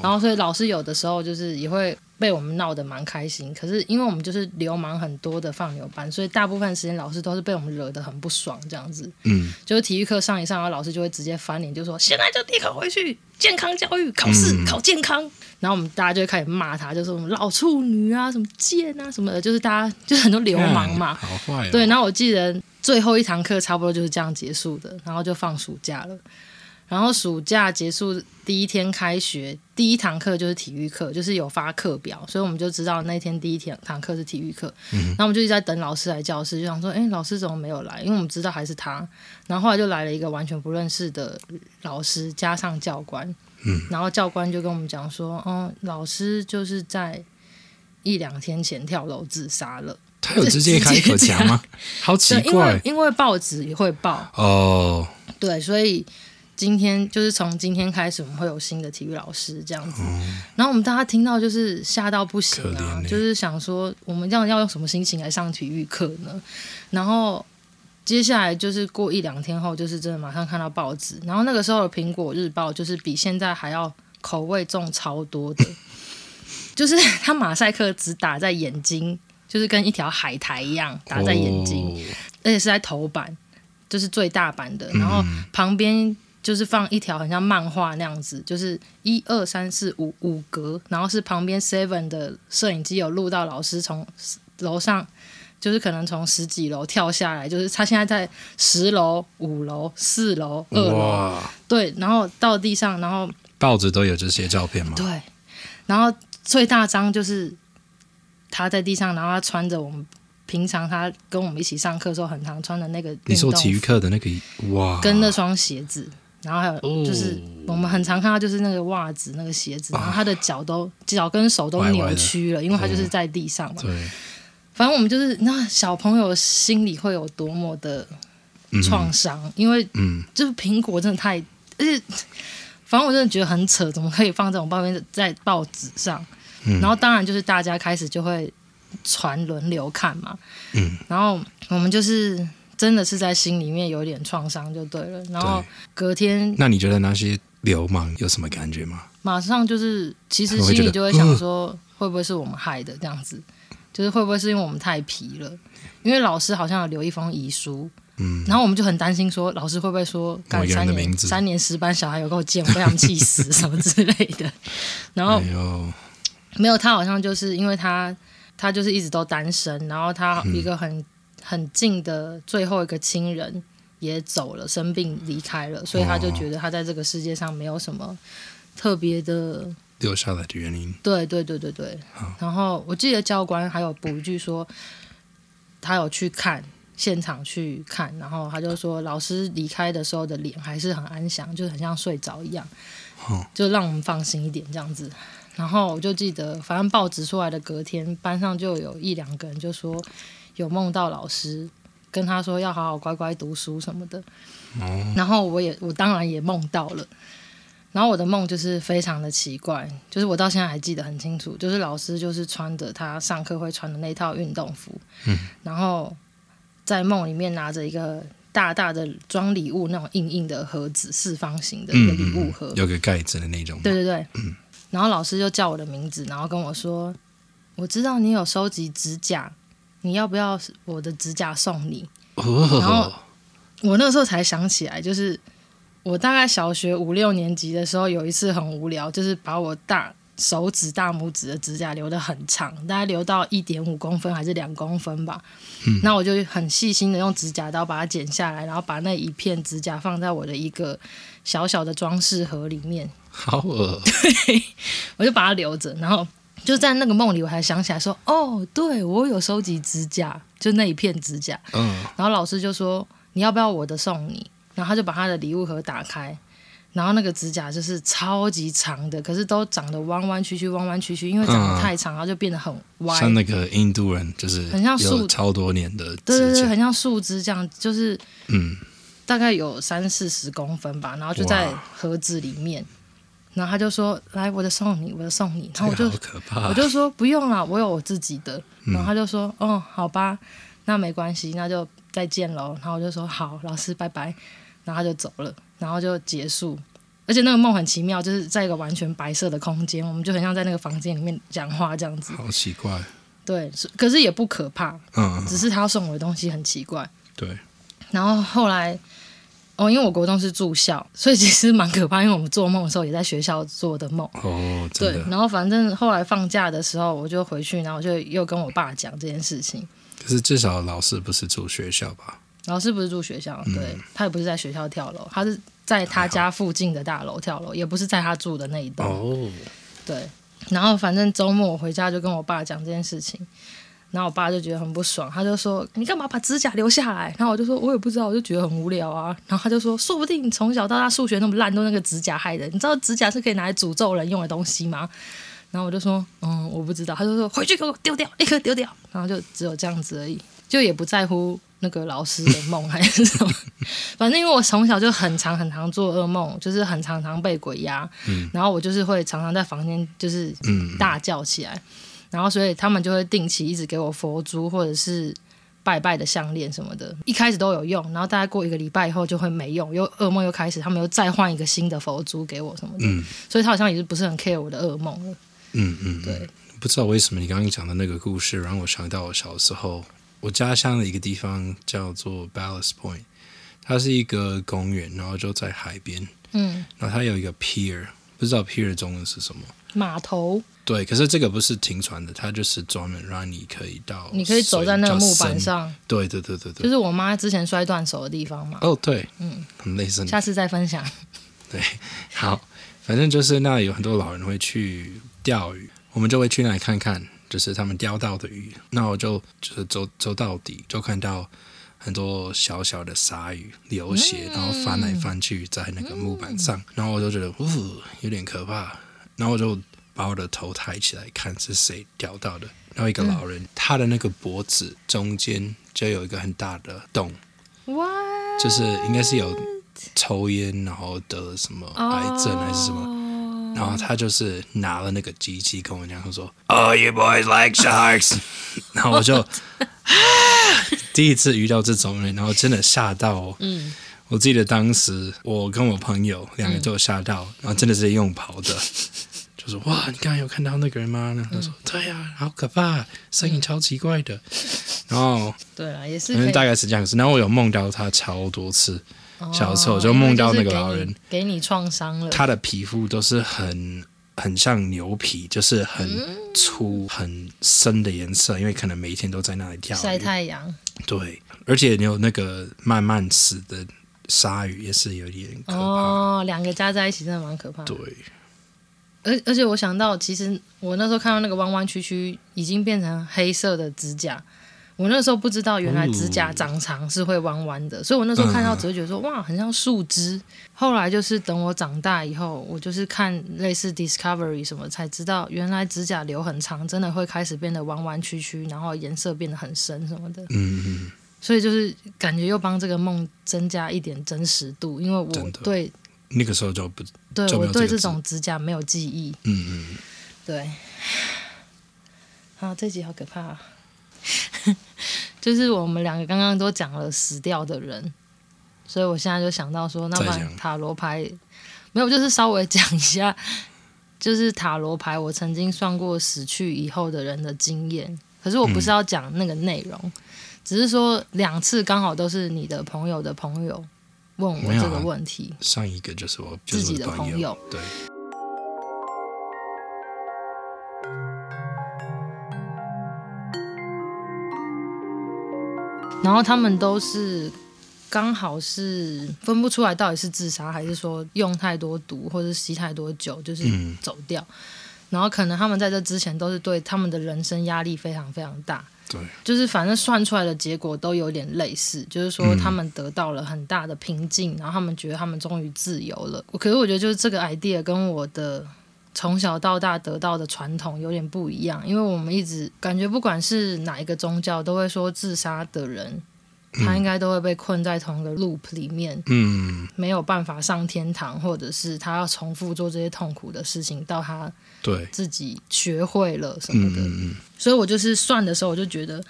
然后所以老师有的时候就是也会被我们闹得蛮开心，可是因为我们就是流氓很多的放牛班，所以大部分时间老师都是被我们惹得很不爽这样子，
嗯，
就是体育课上一上，然后老师就会直接翻脸，就说现在就立刻回去健康教育考试、考健康。然后我们大家就会开始骂他，就说我们老处女啊，什么贱啊，什么的，就是大家就是很多流氓嘛。
好坏哦
对，，然后我记得最后一堂课差不多就是这样结束的，然后就放暑假了。然后暑假结束第一天开学，第一堂课就是体育课，就是有发课表，所以我们就知道那天第一天堂课是体育课。
嗯
然后我们就一直在等老师来教室，就想说，哎，老师怎么没有来？因为我们知道还是他。然后后来就来了一个完全不认识的老师，加上教官。
嗯，
然后教官就跟我们讲说，嗯，老师就是在一两天前跳楼自杀了。
他有直接开口讲吗？好奇
对，因为
怪
因为报纸也会报，
哦，
对，所以今天就是从今天开始，我们会有新的体育老师这样子。然后我们大家听到就是吓到不行
嗯可怜
啊
欸，
就是想说我们这样要用什么心情来上体育课呢？然后接下来就是过一两天后，就是真的马上看到报纸，然后那个时候的《苹果日报》就是比现在还要口味重超多的， 就是他马赛克只打在眼睛。就是跟一条海苔一样打在眼睛，
哦
而且是在头版，就是最大版
嗯
的，然后旁边就是放一条很像漫画那样子，就是一二三四五五格，然后是旁边 Seven 的摄影机有录到老师从楼上。就是可能从十几楼跳下来，就是他现在在十楼、五楼、四楼、二楼，
哦哇，
对，然后到地上，然后
报纸都有这些照片吗？
对，然后最大张就是他在地上，然后他穿着我们《平常他跟我们一起上课的时候，很常穿的那个
你
运
说
动
体育课的那个哇，
跟那双鞋子，然后还有
哦
就是我们很常看到就是那个袜子、那个鞋子，然后他的脚都脚跟手都
歪啊歪的哦
扭曲了，因为他就是在地上嘛。
对，
反正我们就是那小朋友心里会有多么的
嗯
创伤，因为
嗯，
就是苹果真的太，而且反正我真的觉得很扯，怎么可以放这种报片在报纸上？
嗯
然后当然就是大家开始就会传轮流看嘛，
嗯，
然后我们就是真的是在心里面有点创伤就对了，然后
对
隔天
那你觉得那些流氓有什么感觉吗？
马上就是其实
他们会
心
觉
里
得呃
就会想说，会不会是我们害的这样子？就是会不会是因为我们太皮了？因为老师好像有留一封遗书，
嗯，
然后我们就很担心说，老师会不会说，干
某一个人
三
的名
年
字
三年十班小孩有够贱，我被他们气死 什么之类的。然后
哎呦，
没有，他好像就是因为他他就是一直都单身，然后他
嗯
一个很、很近的最后一个亲人也走了，生病离开了，所以他就觉得他在这个世界上没有什么特别的
留下来的原因，
对对对对对
好。
然后我记得教官还有补一句说，他有去看现场去看，然后他就说老师离开的时候的脸还是很安详，就是很像睡着一样
哦，
就让我们放心一点这样子。然后我就记得，反正报纸出来的隔天，班上就有一两个人就说有梦到老师，跟他说要好好乖乖读书什么的。
哦，
然后我也我当然也梦到了，然后我的梦就是非常的奇怪，就是我到现在还记得很清楚，就是老师就是穿着他上课会穿的那套运动服，嗯，然后在梦里面拿着一个大大的装礼物那种硬硬的盒子，四方形的一个
嗯
礼物
嗯
盒，
嗯，有个盖子的那种，
对对对， 然后老师就叫我的名字，然后跟我说：“我知道你有收集指甲，你要不要我的指甲送你？”然后
哦，
我那时候才想起来，就是我大概小学五六年级的时候，有一次很无聊，就是把我大手指大拇指的指甲留得很长，大概留到一点五公分还是两公分吧。那我就很细心的用指甲刀把它剪下来，然后把那一片指甲放在我的一个小小的装饰盒里面，
好恶，
我就把它留着，然后就在那个梦里，我还想起来说，哦，对我有收集指甲，就那一片指甲。
嗯，
然后老师就说，你要不要我的送你？然后他就把他的礼物盒打开，然后那个指甲就是超级长的，可是都长得弯弯曲曲、弯弯曲曲，因为长得太长，然后就变得很歪，
像那个印度人，就是
很像树
有超多年的
对对
指
对，
甲，
很像树枝这样，就是
嗯，
大概有三四十公分吧，然后就在
哇
盒子里面。然后他就说：“来，我的送你，我的送你。”然后我
这
就
哎个好可怕，
我就说不用了，我有我自己的。然后他就说，哦，好吧，那没关系，那就再见喽。然后我就说好，老师拜拜。然后他就走了，然后就结束。而且那个梦很奇妙，就是在一个完全白色的空间，我们就很像在那个房间里面讲话这样子。
好奇怪，
对，是可是也不可怕，
嗯，
只是他送我的东西很奇怪。
对，
然后后来，哦，因为我国中是住校，所以其实蛮可怕，因为我们做梦的时候也在学校做的梦。
哦，真
对，
的，
然后反正后来放假的时候，我就回去，然后就又跟我爸讲这件事情。
可是至少老师不是住学校吧？
老师不是住学校，对
嗯
他也不是在学校跳楼，他是在他家附近的大楼跳楼，也不是在他住的那一栋。
哦，
对，然后反正周末我回家就跟我爸讲这件事情，然后我爸就觉得很不爽，他就说：“你干嘛把指甲留下来？”然后我就说：“我也不知道，我就觉得很无聊啊。”然后他就说：“说不定你从小到大数学那么烂，都那个指甲害的。你知道指甲是可以拿来诅咒人用的东西吗？”然后我就说：“嗯，我不知道。”他就说：“回去给我丢掉，立刻丢掉。”然后就只有这样子而已，就也不在乎那个老师的梦还是什么。 反正因为我从小就很常很常做噩梦，就是很常常被鬼压，然后我就是会常常在房间就是
嗯，
大叫起来，然后所以他们就会定期一直给我佛珠或者是拜拜的项链什么的，一开始都有用，然后大概过一个礼拜以后就会没用，又噩梦又开始，他们又再换一个新的佛珠给我什么的，
嗯
所以他好像也是不是很 care 我的噩梦了。
嗯嗯，
对，
不知道为什么你刚刚讲的那个故事让我想到我小时候，我家乡的一个地方叫做 Ballast Point，它是一个公园，然后就在海边，
嗯，
然后它有一个 pier，不知道 pier 中文是什么。
码头
对，可是这个不是停船的，它就是专门让你可以到，
你可以走在那个木板。上，
对对对对
就
对。
是我妈之前摔断手的地方嘛。
哦，对，嗯，很类似。
下次再分享。
对， 好，反正就是那有很多老人会去钓鱼，我们就会去那里看看。就是他们钓到的鱼。那我就就是走走到底，就看到很多小小的鲨鱼流血，然后翻来翻去在那个木板上，然后我就觉得呜有点可怕，然后我就把我的头抬起来看是谁钓到的。然后一个老人，他的那个脖子中间就有一个很大的洞，
哇，
就是
啊
应该是有抽烟，然后得了什么
哦
癌症还是什么。
么
然后他就是拿了那个机器跟我讲，他说：“Oh, you boys like sharks。” 然后我 就第一次遇到这种人，然后真的吓到我。
嗯，
我记得当时我跟我朋友两个都有吓到，
嗯
然后真的是用跑的，就说：“哇，你刚才有看到那个人吗？”然后他说：“
嗯
对呀、好可怕，声音超奇怪的。然后
对了，也嗯是
反
可
正
以
大概是这样子。然后我有梦到他超多次，小时候就
哦
梦到那
是
个
给
老
你
人，
给你创伤了，
他的皮肤都是很很像牛皮，就是很粗、很深的颜色，因为可能每一天都在那里钓
晒
鱼。
太阳，
对，而且你有那个慢慢死的鲨鱼，也是有点可怕。
哦，两个加在一起真的蛮可怕的
对。，
而而且我想到，其实我那时候看到那个弯弯曲曲已经变成黑色的指甲，我那时候不知道原来指
哦
甲长长是会弯弯的，所以我那时候看
嗯
到只会觉得说、哇，很像树枝。后来就是等我长大以后，我就是看类似 Discovery 什么才知道，原来指甲留很长，真的会开始变得弯弯曲曲，然后颜色变得很深什么的。
嗯，
所以就是感觉又帮这个梦增加一点真实度，因为我
真的
对
那个时候就不，
对
就没
我
有这
对
个
这
字
种指甲没有记忆。
嗯嗯，
对，啊，这集好可怕、啊。 就是我们两个刚刚都讲了死掉的人，所以我现在就想到说，那
再
么
讲
塔罗牌没有，就是稍微讲一下，就是塔罗牌我曾经算过死去以后的人的经验，可是我不是
嗯
要讲那个内容，只是说两次刚好都是你的朋友的朋友问我
没有
这个
啊
问题，
上一个就是我，就是
自
我
己的
朋
朋友
对，
然后他们都是刚好是分不出来到底是自杀还是说用太多毒或者吸太多酒，就是
嗯
走掉。然后可能他们在这之前都是对他们的人生压力非常非常大，
对，
就是反正算出来的结果都有点类似，就是说
嗯
他们得到了很大的平静，然后他们觉得他们终于自由了。可是我觉得就是这个 idea 跟我的从小到大得到的传统有点不一样，因为我们一直感觉不管是哪一个宗教都会说自杀的人。他应该都会被困在同一个 loop 里面，
嗯，
没有办法上天堂，或者是他要重复做这些痛苦的事情，到他
对，
自己学会了什么
嗯
的。
嗯嗯，
所以我就是算的时候，我就觉得，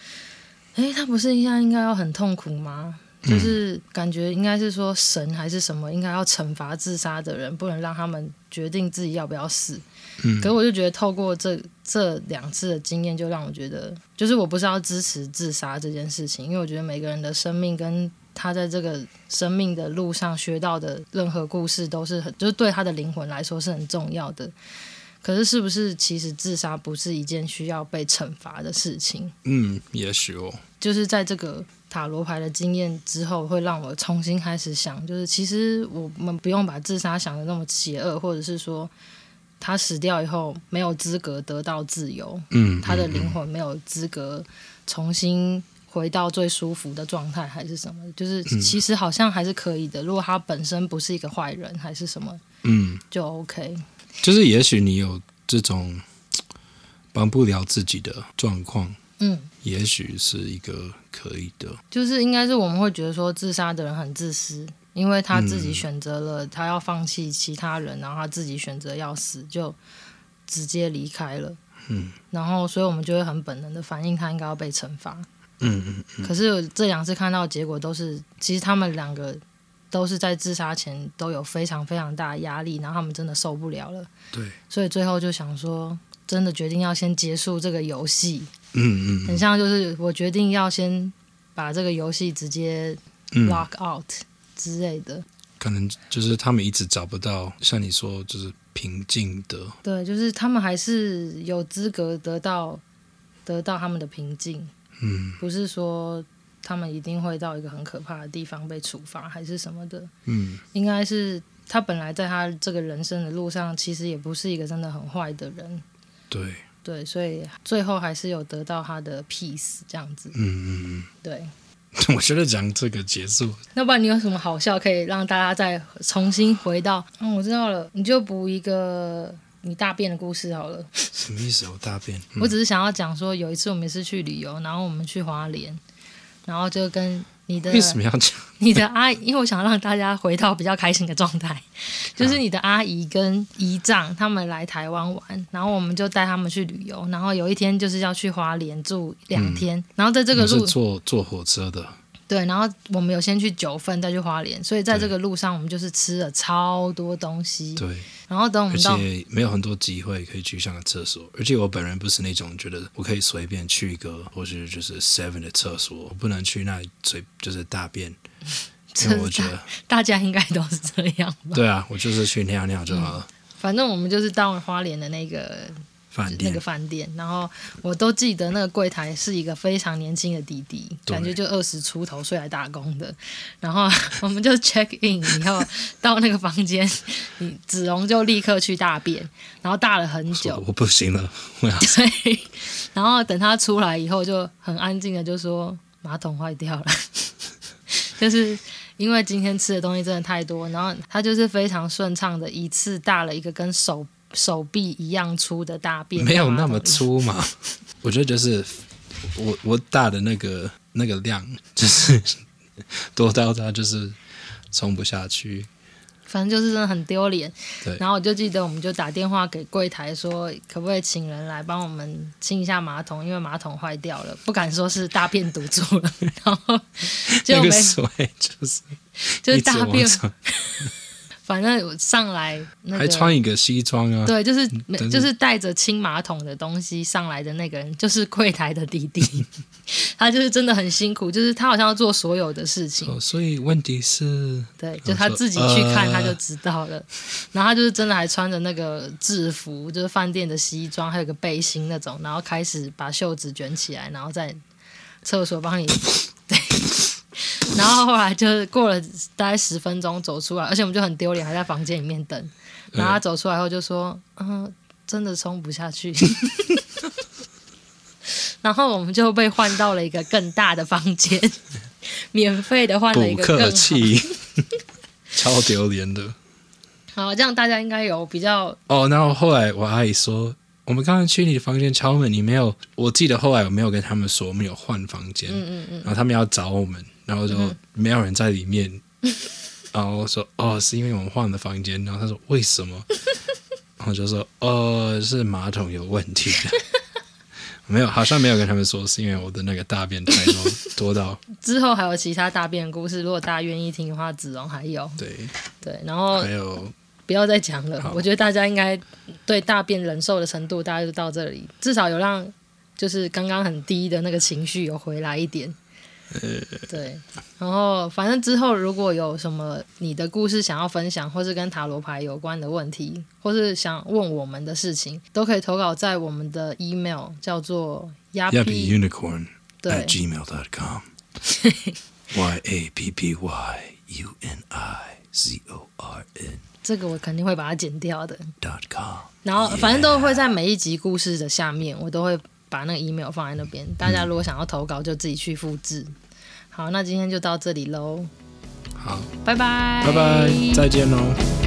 诶，他不是应该应该要很痛苦吗？就是感觉应该是说神还是什么，应该要惩罚自杀的人，不能让他们决定自己要不要死。
嗯
可我就觉得透过这这两次的经验，就让我觉得，就是我不是要支持自杀这件事情，因为我觉得每个人的生命跟他在这个生命的路上学到的任何故事，都是很就是对他的灵魂来说是很重要的。可是，是不是其实自杀不是一件需要被惩罚的事情？
嗯，也许哦，
就是在这个塔罗牌的经验之后，会让我重新开始想，就是其实我们不用把自杀想的那么邪恶，或者是说他死掉以后没有资格得到自由，
嗯，
他的
嗯
灵魂没有资格重新回到最舒服的状态，还是什么？就是其实好像还是可以的，如果他本身不是一个坏人，还是什么，
嗯，
就 OK。
就是也许你有这种帮不了自己的状况，
嗯，
也许是一个可以的，
就是应该是我们会觉得说自杀的人很自私，因为他自
嗯
己选择了他要放弃其他人，然后他自己选择要死，就直接离开了。
嗯，
然后所以我们就会很本能的反应他应该要被惩罚。
嗯嗯嗯，
可是这两次看到的结果都是，其实他们两个都是在自杀前都有非常非常大的压力，然后他们真的受不了了，
对，
所以最后就想说，真的决定要先结束这个游戏，
嗯
很
嗯
像就是我决定要先把这个游戏直接
嗯，
lock out 之类的。
可能就是他们一直找不到，像你说就是平静的，
对，就是他们还是有资格得到得到他们的平静，
嗯
不是说他们一定会到一个很可怕的地方被处罚还是什么的，
嗯
应该是。他本来在他这个人生的路上，其实也不是一个真的很坏的人，
对，
对，所以最后还是有得到他的 peace 这样子。
嗯嗯
对，
嗯，我 觉得讲这个结束，
那不然你有什么好笑可以让大家再重新回到？嗯，我知道了，你就补一个你大便的故事好了。
什么意思？我大便。嗯
我只是想要讲说，有一次我们也是去旅游，然后我们去花莲，然后就跟你的
为什么要讲？
你的阿姨，因为我想让大家回到比较开心的状态， 就是你的阿姨跟姨丈他们来台湾玩，然后我们就带他们去旅游，然后有一天就是要去花莲住两天，然后在这
这
个
嗯是
路
坐坐火车的，
对，然后我们有先去九份，再去花莲，所以在这个路上我们就是吃了超多东西，
对，
然后等我
而
们嗯到
且没有很多机会可以去上个厕所，而且我本人不是那种觉得我可以随便去一个或是就是 Seven 的厕所，我不能去那里随就是大便，因为我觉得
大家应该都是这样吧，
对啊，我就是去尿尿就好了。
反正我们就是到了花莲的那个
饭
嗯那
店
个饭店，然后我都记得那个柜台是一个非常年轻的弟弟，
对
感觉就二十出头岁来打工的。然后 我们就 check in 以后到那个房间，你子龙就立刻去大便，然后大了很
我
久，
我不行了，我要
对。然后等他出来以后，就很安静的就说马桶坏掉了， 就是。因为今天吃的东西真的太多，然后他就是非常顺畅的一次大了一个跟手手臂一样粗的大便，
没有那么
粗。
粗 嘛。我觉得就是我我大的那个那个量，就是 多到它就是冲不下去。
反正就是真的很丢脸
对。
然后我就记得，我们就打电话给柜台说，可不可以请人来帮我们清一下马桶，因为马桶坏掉了，不敢说是大便堵住 了。然后结
那
果
个
没，
水就是
就是
一直
大
往
便，
上
反正我上来那
还
个。
穿一个西装啊，
对，就是没
但是
就是带着清马桶的东西上来的那个人，就是柜台的弟弟， 他就是真的很辛苦，就是他好像要做所有的事情，
哦，所以问题是，
对，就他自己去看他就知道了。 然后他就是真的还穿着那个制服，就是饭店的西装，还有个背心那种，然后开始把袖子卷起来，然后在厕所帮你对。然后后来就是过了大概十分钟走出来，而且我们就很丢脸，还在房间里面等。然后他走出来后就说：“嗯，真的冲不下去。”然后我们就被换到了一个更大的房间， 免费的换了一
不
个更好
客气， 超丢脸的。
好，这样大家应该有比较
哦，然后后来我阿姨说，我们刚刚去你的房间敲门，你没有。我记得后来我没有跟他们说我们有换房间，嗯嗯嗯，然后他们要找我们，然后就
嗯
没有人在 里面。然后我说哦，是因为我们换了房间。然后他说为什 么？然后就说哦，是马桶有问题。啊 没有，好像没有跟他们说，是因为我的那个大便太 多多到
之后还有其他大便故事，如果大家愿意听的话，子龙还有
对，
对，然后
还有
不要再讲了
好。
我觉得大家应该对大便忍受的程度，大家就到这里，至少有让就是刚刚很低的那个情绪有回来一点。对，然后反正之后如果有什么你的故事想要分享，或是跟塔罗牌有关的问题，或是想问我们的事情，都可以投稿在我们的 email 叫做
Yappy
yappy
Unicorn
对
at gmail.com. y A P P Y U N I Z O R N
这个我肯定会把它剪掉的。
dot com.
然后反正都会在每一集故事的下面，我都会把那个 email 放在那边。大家如果想要投稿，就自己去复制。好，那今天就到这里喽，
好，
拜拜，
拜拜，再见喽。